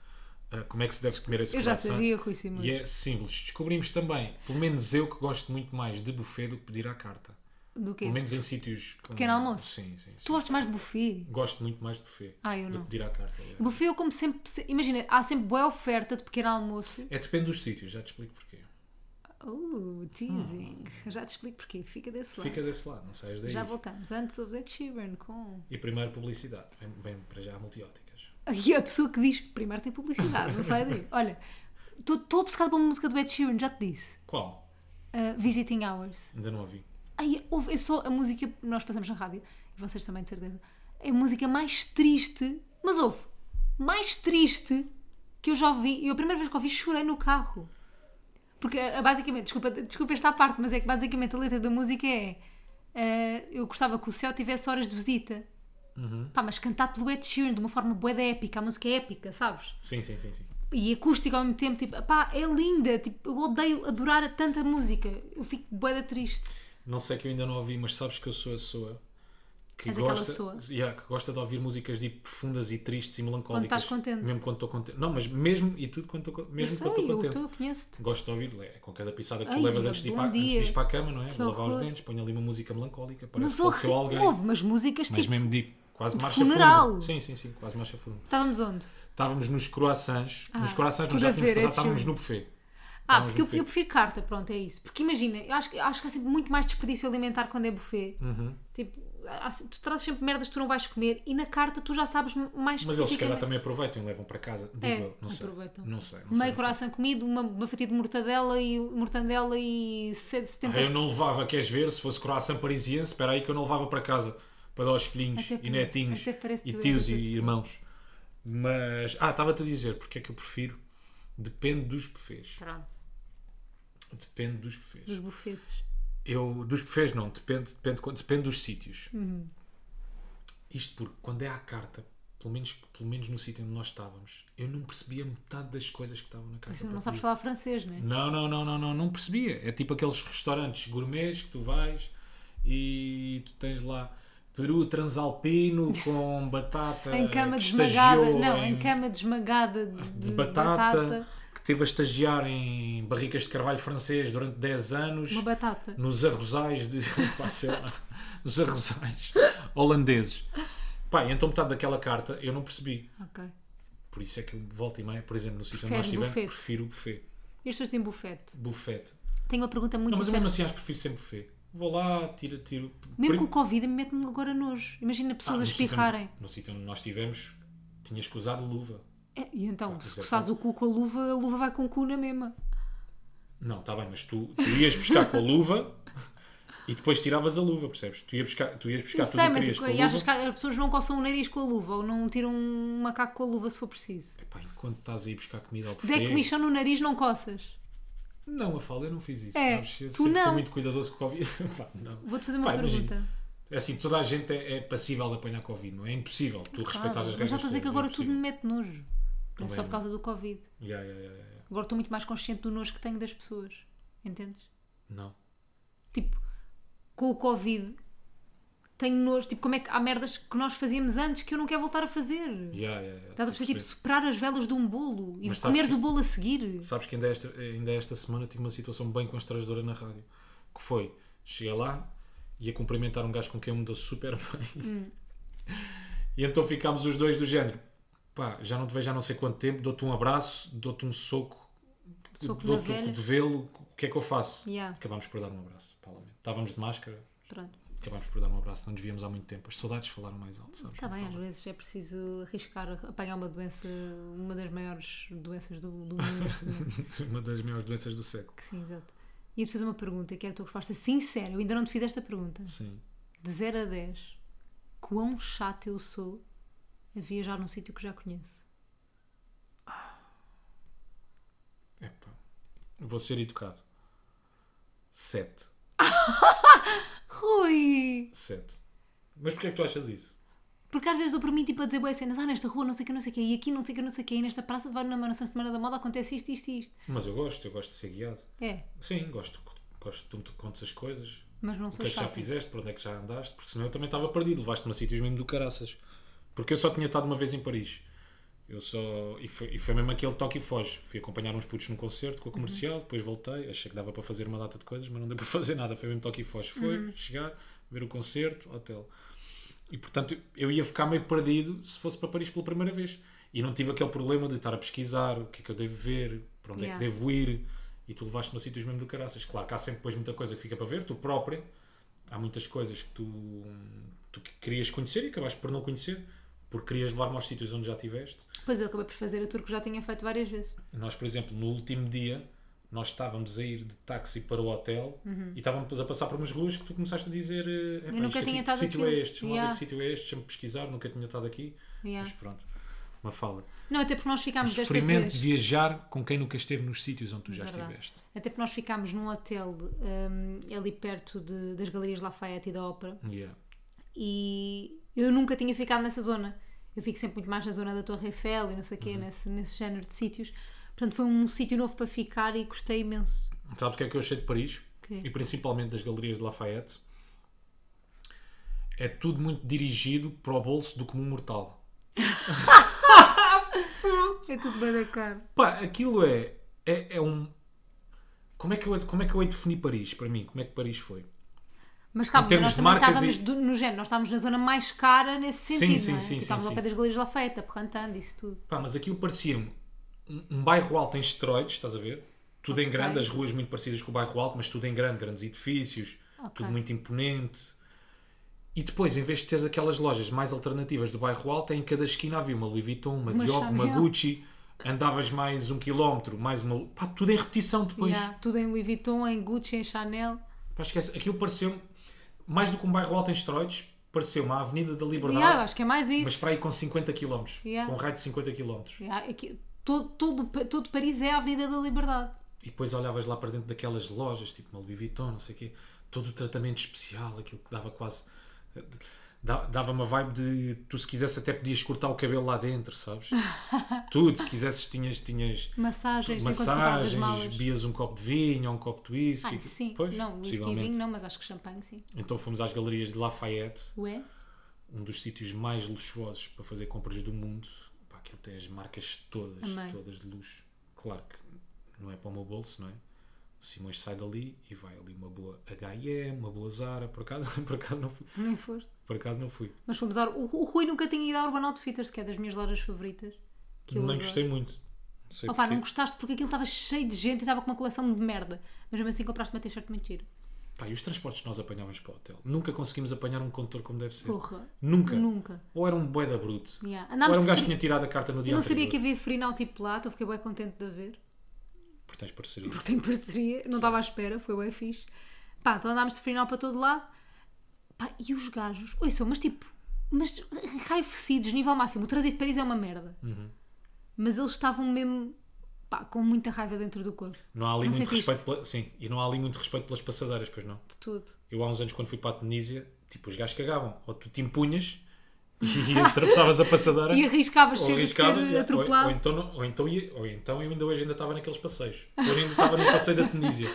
Speaker 2: uh, como é que se deve comer esse
Speaker 1: Eu já
Speaker 2: croissant.
Speaker 1: sabia, Rui Simões.
Speaker 2: E é simples. Descobrimos também, pelo menos eu que gosto muito mais de buffet do que pedir à carta.
Speaker 1: Do quê?
Speaker 2: Pelo menos em sítios. com-
Speaker 1: Pequeno almoço?
Speaker 2: Sim, sim. sim.
Speaker 1: Tu gostas mais de buffet?
Speaker 2: Gosto muito mais de buffet
Speaker 1: Ah, eu
Speaker 2: do
Speaker 1: não.
Speaker 2: que pedir à carta. aliás.
Speaker 1: Buffet eu como sempre... se- Imagina, há sempre boa oferta de pequeno almoço.
Speaker 2: É depende dos sítios, já te explico porquê.
Speaker 1: Uh, teasing. Já te explico porquê. Fica desse lado.
Speaker 2: Hum. Fica desse lado, não saias daí.
Speaker 1: Já voltamos. Antes houve Ed Sheeran com...
Speaker 2: E primeiro publicidade. Vem, vem para já a multióticas.
Speaker 1: E a pessoa que diz, primeiro tem publicidade, não sai daí. Olha, estou obcecado pela música do Ed Sheeran, já te disse.
Speaker 2: Qual?
Speaker 1: Uh, Visiting Hours.
Speaker 2: Ainda não ouvi.
Speaker 1: Ai, ouve, é só a música. Nós passamos na rádio, e vocês também, de certeza. É a música mais triste, mas houve, mais triste que eu já ouvi. E a primeira vez que ouvi, chorei no carro. Porque, ah, basicamente, desculpa, desculpa esta parte, mas é que basicamente a letra da música é. ah, eu gostava que o céu tivesse horas de visita. Pá, mas cantado pelo Ed Sheeran de uma forma bué da épica, a música é épica, sabes?
Speaker 2: Sim, sim, sim, sim.
Speaker 1: e acústica ao mesmo tempo, tipo, pá, é linda, tipo, eu odeio adorar tanta música, eu fico bué da triste.
Speaker 2: Não sei que eu ainda não ouvi, mas sabes que eu sou a pessoa que
Speaker 1: És aquela
Speaker 2: gosta,
Speaker 1: pessoa.
Speaker 2: Yeah, que gosta de ouvir músicas deep, profundas e tristes e melancólicas.
Speaker 1: Quando estás contente.
Speaker 2: Mesmo quando estou contente. Não, mas mesmo e tudo quando estou con-
Speaker 1: Eu
Speaker 2: mesmo
Speaker 1: sei,
Speaker 2: quando
Speaker 1: eu
Speaker 2: estou contente.
Speaker 1: estou, conheço-te.
Speaker 2: Gosto de ouvir, é, com cada pisada que tu
Speaker 1: Ai,
Speaker 2: levas antes de, ir
Speaker 1: bom
Speaker 2: para, antes de
Speaker 1: dia.
Speaker 2: ires para a cama, não é?
Speaker 1: Que
Speaker 2: Vou lavar os
Speaker 1: horror.
Speaker 2: dentes, ponho ali uma música melancólica, parece
Speaker 1: Mas
Speaker 2: que faleceu
Speaker 1: horrível.
Speaker 2: alguém.
Speaker 1: Houve umas músicas,
Speaker 2: Mas
Speaker 1: tipo,
Speaker 2: mesmo deep, quase
Speaker 1: de
Speaker 2: marcha
Speaker 1: funeral.
Speaker 2: funeral. Sim, sim, sim, quase marcha funeral.
Speaker 1: estávamos onde?
Speaker 2: Estávamos nos croissants, nos croissants
Speaker 1: Ah, tudo
Speaker 2: nós já
Speaker 1: a
Speaker 2: tínhamos
Speaker 1: ver,
Speaker 2: passado,
Speaker 1: é
Speaker 2: estávamos
Speaker 1: tudo.
Speaker 2: no buffet.
Speaker 1: Ah,
Speaker 2: Estávamos
Speaker 1: porque
Speaker 2: no
Speaker 1: eu, eu
Speaker 2: buffet.
Speaker 1: prefiro carta, pronto, é isso. Porque imagina, eu acho, que- acho que há sempre muito mais desperdício alimentar quando é buffet.
Speaker 2: Uhum.
Speaker 1: Tipo, há- tu trazes sempre merdas que tu não vais comer e na carta tu já sabes mais
Speaker 2: Mas eles se calhar
Speaker 1: especificamente.
Speaker 2: também aproveitam e levam para casa. Digo
Speaker 1: É,
Speaker 2: eu, não sei.
Speaker 1: aproveitam.
Speaker 2: Não sei. Não
Speaker 1: Meio
Speaker 2: sei, não sei.
Speaker 1: coração comido, uma, uma fatia de mortadela e mortandela e se-
Speaker 2: Ah, eu
Speaker 1: 70.
Speaker 2: não levava, queres ver? Se fosse croissant parisiense, espera aí que eu não levava para casa para dar aos filhinhos
Speaker 1: Até
Speaker 2: e
Speaker 1: parece-
Speaker 2: netinhos
Speaker 1: até parece
Speaker 2: e
Speaker 1: tu és
Speaker 2: tios
Speaker 1: essa
Speaker 2: e
Speaker 1: pessoa.
Speaker 2: irmãos. Mas, ah, estava-te a dizer porque é que eu prefiro. Depende dos buffets.
Speaker 1: Pronto,
Speaker 2: Depende dos buffets.
Speaker 1: dos bufetes.
Speaker 2: Eu, dos buffets não, depende, depende, quando- depende dos sítios.
Speaker 1: Uhum.
Speaker 2: Isto porque quando é à carta, pelo menos, pelo menos no sítio onde nós estávamos, eu não percebia metade das coisas que estavam na carta.
Speaker 1: Tu não
Speaker 2: para
Speaker 1: sabes
Speaker 2: pedir.
Speaker 1: falar francês, né?
Speaker 2: Não, não, não, não, não, não percebia. É tipo aqueles restaurantes gourmets que tu vais e tu tens lá peru transalpino com batata
Speaker 1: Em cama
Speaker 2: Ah, que
Speaker 1: desmagada,
Speaker 2: estagiou
Speaker 1: não, em
Speaker 2: em-
Speaker 1: cama desmagada de,
Speaker 2: de batata, que teve a estagiar em barricas de carvalho francês durante 10 anos
Speaker 1: uma batata.
Speaker 2: nos arrozais de pá, sei lá, nos arrozais holandeses. Pá, e então metade daquela carta eu não percebi.
Speaker 1: Ok.
Speaker 2: Por isso é que eu volta e meia, por exemplo, no sítio onde nós
Speaker 1: Prefere
Speaker 2: estivemos,
Speaker 1: buffet.
Speaker 2: prefiro o buffet.
Speaker 1: E as pessoas têm bufete?
Speaker 2: Buffet.
Speaker 1: Tenho uma pergunta muito
Speaker 2: Não, mas eu mesmo
Speaker 1: interessante.
Speaker 2: assim acho que prefiro sempre buffet. Vou lá, tiro, tiro.
Speaker 1: Mesmo
Speaker 2: Prim-
Speaker 1: com o Covid, me mete-me agora nojo. Imagina
Speaker 2: Ah,
Speaker 1: pessoas a
Speaker 2: no sítio
Speaker 1: espirrarem.
Speaker 2: onde- No sítio onde nós estivemos, tinhas que usar luva.
Speaker 1: É, e então,
Speaker 2: Ah,
Speaker 1: se
Speaker 2: isso é
Speaker 1: coçares o cu com a luva, a luva vai com o cu na mesma.
Speaker 2: Não, está bem, mas tu, tu ias buscar com a luva e depois tiravas a luva, percebes? Tu ias buscar, tu ias buscar
Speaker 1: Eu
Speaker 2: tudo
Speaker 1: sei,
Speaker 2: o que
Speaker 1: mas
Speaker 2: querias com a
Speaker 1: e
Speaker 2: luva.
Speaker 1: achas que as pessoas não coçam o nariz com a luva ou não tiram um macaco com a luva se for preciso?
Speaker 2: Epá, enquanto estás aí buscar comida ao
Speaker 1: Se der
Speaker 2: buffet...
Speaker 1: comichão no nariz, não coças.
Speaker 2: Não, a fala, eu não fiz isso.
Speaker 1: É,
Speaker 2: sabes? Eu
Speaker 1: tu
Speaker 2: sempre
Speaker 1: não.
Speaker 2: fui muito cuidadoso com o Covid. Pá, não.
Speaker 1: Vou-te fazer uma
Speaker 2: Pá,
Speaker 1: pergunta.
Speaker 2: imagina. É assim, toda a gente é, é passível de apanhar Covid, não é? É impossível tu respeitar as
Speaker 1: Claro,
Speaker 2: regras.
Speaker 1: mas já estou a dizer que
Speaker 2: todas, não é
Speaker 1: agora tudo me
Speaker 2: possível.
Speaker 1: mete nojo. Não é
Speaker 2: Também
Speaker 1: só
Speaker 2: não.
Speaker 1: por causa do Covid.
Speaker 2: Ya, ya, ya, ya, ya.
Speaker 1: Agora estou muito mais consciente do nojo que tenho das pessoas. Entendes?
Speaker 2: Não.
Speaker 1: tipo, com o Covid, tenho nojo. Tipo, como é que há merdas que nós fazíamos antes que eu não quero voltar a fazer? Estás
Speaker 2: Ya, ya, ya.
Speaker 1: a
Speaker 2: Estou
Speaker 1: perceber? Tipo, superar as velas de um bolo e
Speaker 2: Mas sabes
Speaker 1: comeres
Speaker 2: que-
Speaker 1: o bolo a seguir.
Speaker 2: Sabes que ainda esta, ainda esta semana tive uma situação bem constrangedora na rádio. Que foi, cheguei lá, ia cumprimentar um gajo com quem eu me dou super bem.
Speaker 1: Hum.
Speaker 2: E então ficámos os dois do género. Pá, já não te vejo há não sei quanto tempo, dou-te um abraço, dou-te um soco,
Speaker 1: Soco na
Speaker 2: dou-te o
Speaker 1: velha.
Speaker 2: cotovelo, o que é que eu faço?
Speaker 1: Yeah.
Speaker 2: Acabámos por dar um abraço, pá, lamento. Estávamos de máscara,
Speaker 1: Pronto.
Speaker 2: acabámos por dar um abraço, não nos víamos há muito tempo. As saudades falaram mais alto, sabes?
Speaker 1: Está
Speaker 2: Não
Speaker 1: bem, às
Speaker 2: fala.
Speaker 1: vezes é preciso arriscar apanhar uma doença, uma das maiores doenças do, do mundo neste momento.
Speaker 2: Uma das maiores doenças do século.
Speaker 1: Que sim, exato. Ia-te fazer uma pergunta, que é a tua resposta sincera. Eu ainda não te fiz esta pergunta.
Speaker 2: Sim.
Speaker 1: De 0 a 10, quão chato eu sou a viajar num sítio que já conheço?
Speaker 2: Epá. Vou ser educado. Sete.
Speaker 1: Rui!
Speaker 2: Sete. Mas porquê é que tu achas isso?
Speaker 1: Porque às vezes dou para mim tipo, a dizer boas cenas, ah, nesta rua não sei o que, não sei o que, e aqui não sei o que, não sei o que, e nesta praça, vai na nossa Semana da Moda, acontece isto, isto e isto.
Speaker 2: Mas eu gosto, eu gosto de ser guiado.
Speaker 1: É,
Speaker 2: Sim, gosto, gosto de tu me contas as coisas.
Speaker 1: mas não
Speaker 2: O que
Speaker 1: sou
Speaker 2: é que já
Speaker 1: chata.
Speaker 2: fizeste, para onde é que já andaste, porque senão eu também estava perdido, levaste-me a sítios mesmo do caraças. Porque eu só tinha estado uma vez em Paris. Eu só. E foi, e foi mesmo aquele toque e foge. Fui acompanhar uns putos num concerto
Speaker 1: Uhum.
Speaker 2: com a comercial, depois voltei, achei que dava para fazer uma data de coisas, mas não deu para fazer nada. Foi mesmo toque e foge. Foi,
Speaker 1: Uhum.
Speaker 2: chegar, ver o concerto, hotel. E portanto eu ia ficar meio perdido se fosse para Paris pela primeira vez. E não tive aquele problema de estar a pesquisar o que é que eu devo ver, para onde é
Speaker 1: Yeah.
Speaker 2: que devo ir. E tu levaste-me a sítios mesmo do caraças. Claro que há sempre depois muita coisa que fica para ver, tu próprio. Há muitas coisas que tu, tu que querias conhecer e acabaste por não conhecer, porque querias levar-me aos sítios onde já estiveste.
Speaker 1: Pois eu acabei por fazer a tour que já tinha feito várias vezes.
Speaker 2: Nós, por exemplo, no último dia, nós estávamos a ir de táxi para o hotel e estávamos a passar por umas ruas que tu começaste a dizer: "Eh, epá,
Speaker 1: Uhum. nunca
Speaker 2: isto aqui,
Speaker 1: tinha
Speaker 2: que
Speaker 1: estado
Speaker 2: sítio é
Speaker 1: aquilo."
Speaker 2: este? Vamos lá ver
Speaker 1: Yeah.
Speaker 2: que sítio é este? Deixa-me pesquisar, nunca tinha estado aqui.
Speaker 1: Yeah.
Speaker 2: Mas pronto, uma fala.
Speaker 1: Não, até porque nós ficámos desta
Speaker 2: Sofrimento
Speaker 1: vez.
Speaker 2: de viajar com quem nunca esteve nos sítios onde tu já
Speaker 1: É Verdade.
Speaker 2: estiveste.
Speaker 1: Até porque nós ficámos num hotel hum, ali perto de- das Galerias Lafayette e da Ópera
Speaker 2: Yeah.
Speaker 1: e eu nunca tinha ficado nessa zona. Eu fico sempre muito mais na zona da Torre Eiffel e não sei o quê,
Speaker 2: Uhum.
Speaker 1: nesse, nesse género de sítios. Portanto, foi um sítio novo para ficar e gostei imenso.
Speaker 2: Sabes o que é que eu achei de Paris?
Speaker 1: quê?
Speaker 2: E principalmente das galerias de Lafayette? É tudo muito dirigido para o bolso do comum mortal.
Speaker 1: É tudo bem da cara.
Speaker 2: Pá, aquilo é. É, é um. Como é, que eu, hei de- como é que eu hei de definir Paris para mim? Como é que Paris foi?
Speaker 1: Mas calma,
Speaker 2: termos
Speaker 1: nós
Speaker 2: de
Speaker 1: também
Speaker 2: marcas
Speaker 1: estávamos
Speaker 2: e-
Speaker 1: do- no género, nós estávamos na zona mais cara nesse
Speaker 2: Sim,
Speaker 1: sentido.
Speaker 2: sim,
Speaker 1: não é?
Speaker 2: sim,
Speaker 1: Tipo,
Speaker 2: sim,
Speaker 1: Estávamos ao
Speaker 2: sim.
Speaker 1: pé das Galerias Lafayette, aperrantando isso tudo.
Speaker 2: Pá, mas aquilo parecia-me um, um bairro alto em esteroides, estás a ver? Tudo em
Speaker 1: Ok.
Speaker 2: grande, as ruas muito parecidas com o bairro alto, mas tudo em grande, grandes edifícios,
Speaker 1: Ok.
Speaker 2: tudo muito imponente. E depois, em vez de teres aquelas lojas mais alternativas do bairro alto, em cada esquina havia uma Louis Vuitton, uma,
Speaker 1: Uma
Speaker 2: Dior, uma
Speaker 1: Chanel.
Speaker 2: Gucci, andavas mais um quilómetro, mais uma. Pá, tudo em repetição depois.
Speaker 1: Yeah, tudo em Louis Vuitton, em Gucci, em Chanel.
Speaker 2: Pá, esquece. Aquilo pareceu-me, mais do que um bairro alto em esteroides, pareceu-me a Avenida da Liberdade,
Speaker 1: Yeah, eu acho que é mais isso.
Speaker 2: mas para aí com 50 km,
Speaker 1: Yeah.
Speaker 2: com um raio de 50 km.
Speaker 1: Yeah, aqui- todo, todo, Pa- todo Paris é a Avenida da Liberdade.
Speaker 2: E depois olhavas lá para dentro daquelas lojas, tipo uma Louis Vuitton, não sei o quê, todo o tratamento especial, aquilo que dava quase. da- Dava uma vibe de tu, se quisesse, até podias cortar o cabelo lá dentro, sabes? Tudo, se quisesses, tinhas, tinhas
Speaker 1: Massagens, enquanto tu malas.
Speaker 2: massagens, bebias um copo de vinho ou um copo de whisky.
Speaker 1: Ah, sim.
Speaker 2: Pois,
Speaker 1: não, whisky e
Speaker 2: possivelmente.
Speaker 1: vinho não, mas acho que champanhe, sim.
Speaker 2: Então fomos às galerias de Lafayette,
Speaker 1: Ué?
Speaker 2: um dos sítios mais luxuosos para fazer compras do mundo. Pá, aquilo tem as marcas todas,
Speaker 1: Amei.
Speaker 2: todas de luxo. Claro que não é para o meu bolso, não é? O Simões sai dali e vai ali uma boa H&M, uma boa Zara, por acaso, por acaso não fui.
Speaker 1: Nem foste.
Speaker 2: Por acaso não fui.
Speaker 1: Mas fomos ao... O o Rui nunca tinha ido à Urban Outfitters, que é das minhas lojas favoritas. Que eu
Speaker 2: Nem
Speaker 1: adoro.
Speaker 2: gostei muito. Não sei
Speaker 1: Opa,
Speaker 2: porquê.
Speaker 1: não gostaste porque aquilo estava cheio de gente e estava com uma coleção de merda. Mas mesmo assim compraste uma t-shirt muito giro.
Speaker 2: Pá, e os transportes que nós apanhávamos para o hotel? Nunca conseguimos apanhar um condutor como deve ser.
Speaker 1: Porra.
Speaker 2: Nunca.
Speaker 1: Nunca.
Speaker 2: Ou era um boeda bruto.
Speaker 1: Yeah.
Speaker 2: Ou
Speaker 1: Andámos
Speaker 2: era um
Speaker 1: de
Speaker 2: gajo
Speaker 1: free-
Speaker 2: que tinha tirado a carta no dia
Speaker 1: Eu não sabia que
Speaker 2: anterior.
Speaker 1: havia free-now-tipo lá, então fiquei bem contente de a ver.
Speaker 2: Porque tens parceria.
Speaker 1: porque tem parceria, não estava à espera, foi bem fixe. Pá, então andámos de final para todo lado. Pá, e os gajos, oi são, mas tipo, mas raivecidos, nível máximo. O trânsito de Paris é uma merda.
Speaker 2: Uhum.
Speaker 1: Mas eles estavam mesmo, pá, com muita raiva dentro do corpo,
Speaker 2: Não há ali
Speaker 1: Não
Speaker 2: muito
Speaker 1: sentiste?
Speaker 2: respeito pela... Sim, e não há ali muito respeito pelas passadeiras, pois não?
Speaker 1: de tudo.
Speaker 2: Eu há uns anos quando fui para a Tunísia, tipo, os gajos cagavam. Ou tu te impunhas e atravessavas a passadeira.
Speaker 1: E arriscavas
Speaker 2: É. ou
Speaker 1: ser,
Speaker 2: arriscavas,
Speaker 1: ser
Speaker 2: é,
Speaker 1: atropelado.
Speaker 2: Ou, ou então, não- ou, então, ia- ou então eu ainda hoje ainda estava naqueles passeios. Hoje ainda estava no passeio da Tunísia.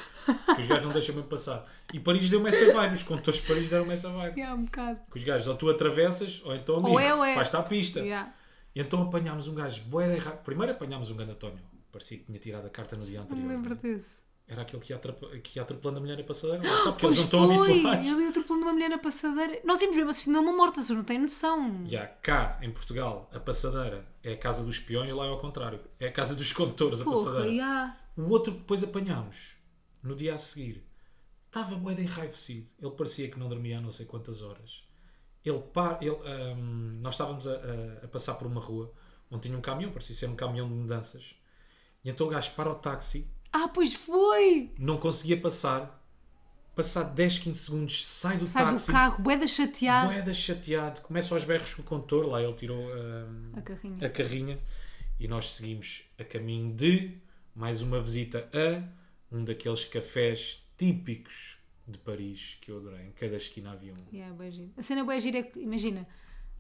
Speaker 2: Que os gajos não deixam mesmo passar. E Paris deu-me essa vibe. Os condutores de Paris deram-me essa vibe.
Speaker 1: Yeah, um bocado.
Speaker 2: Que os gajos ou tu atravessas ou então amigo,
Speaker 1: é, ou é.
Speaker 2: faz-te à pista.
Speaker 1: Yeah.
Speaker 2: E então apanhámos um gajo boeda errado. Primeiro apanhámos um grande António. Parecia que tinha tirado a carta no dia anterior.
Speaker 1: Lembro desse.
Speaker 2: Era aquele que ia, atrapa- que ia atropelando a mulher na passadeira. Lá está, porque
Speaker 1: Pois
Speaker 2: eles não estão
Speaker 1: foi!
Speaker 2: habituados.
Speaker 1: Ele atropelou uma mulher na passadeira. Nós íamos mesmo assistindo a uma morta, vocês não têm noção.
Speaker 2: E há cá, em Portugal, a passadeira é a casa dos peões, lá é ao contrário. É a casa dos condutores, a
Speaker 1: Porra,
Speaker 2: passadeira.
Speaker 1: yeah.
Speaker 2: O outro que depois apanhámos, no dia a seguir, estava bué de enraivecido. Ele parecia que não dormia há não sei quantas horas. Ele, pa- ele, hum, nós estávamos a, a- a passar por uma rua onde tinha um caminhão, parecia ser um caminhão de mudanças. E então o gajo para o táxi,
Speaker 1: Ah, pois foi!
Speaker 2: não conseguia passar. Passado 10, 15 segundos, sai do
Speaker 1: Sai
Speaker 2: táxi,
Speaker 1: do carro, boeda chateado.
Speaker 2: moeda chateado, começa aos berros com o condutor, lá ele tirou hum,
Speaker 1: A carrinha.
Speaker 2: a carrinha e nós seguimos a caminho de mais uma visita a um daqueles cafés típicos de Paris que eu adorei. Em cada esquina havia um.
Speaker 1: Yeah, bué giro. A cena boa gira é que, imagina,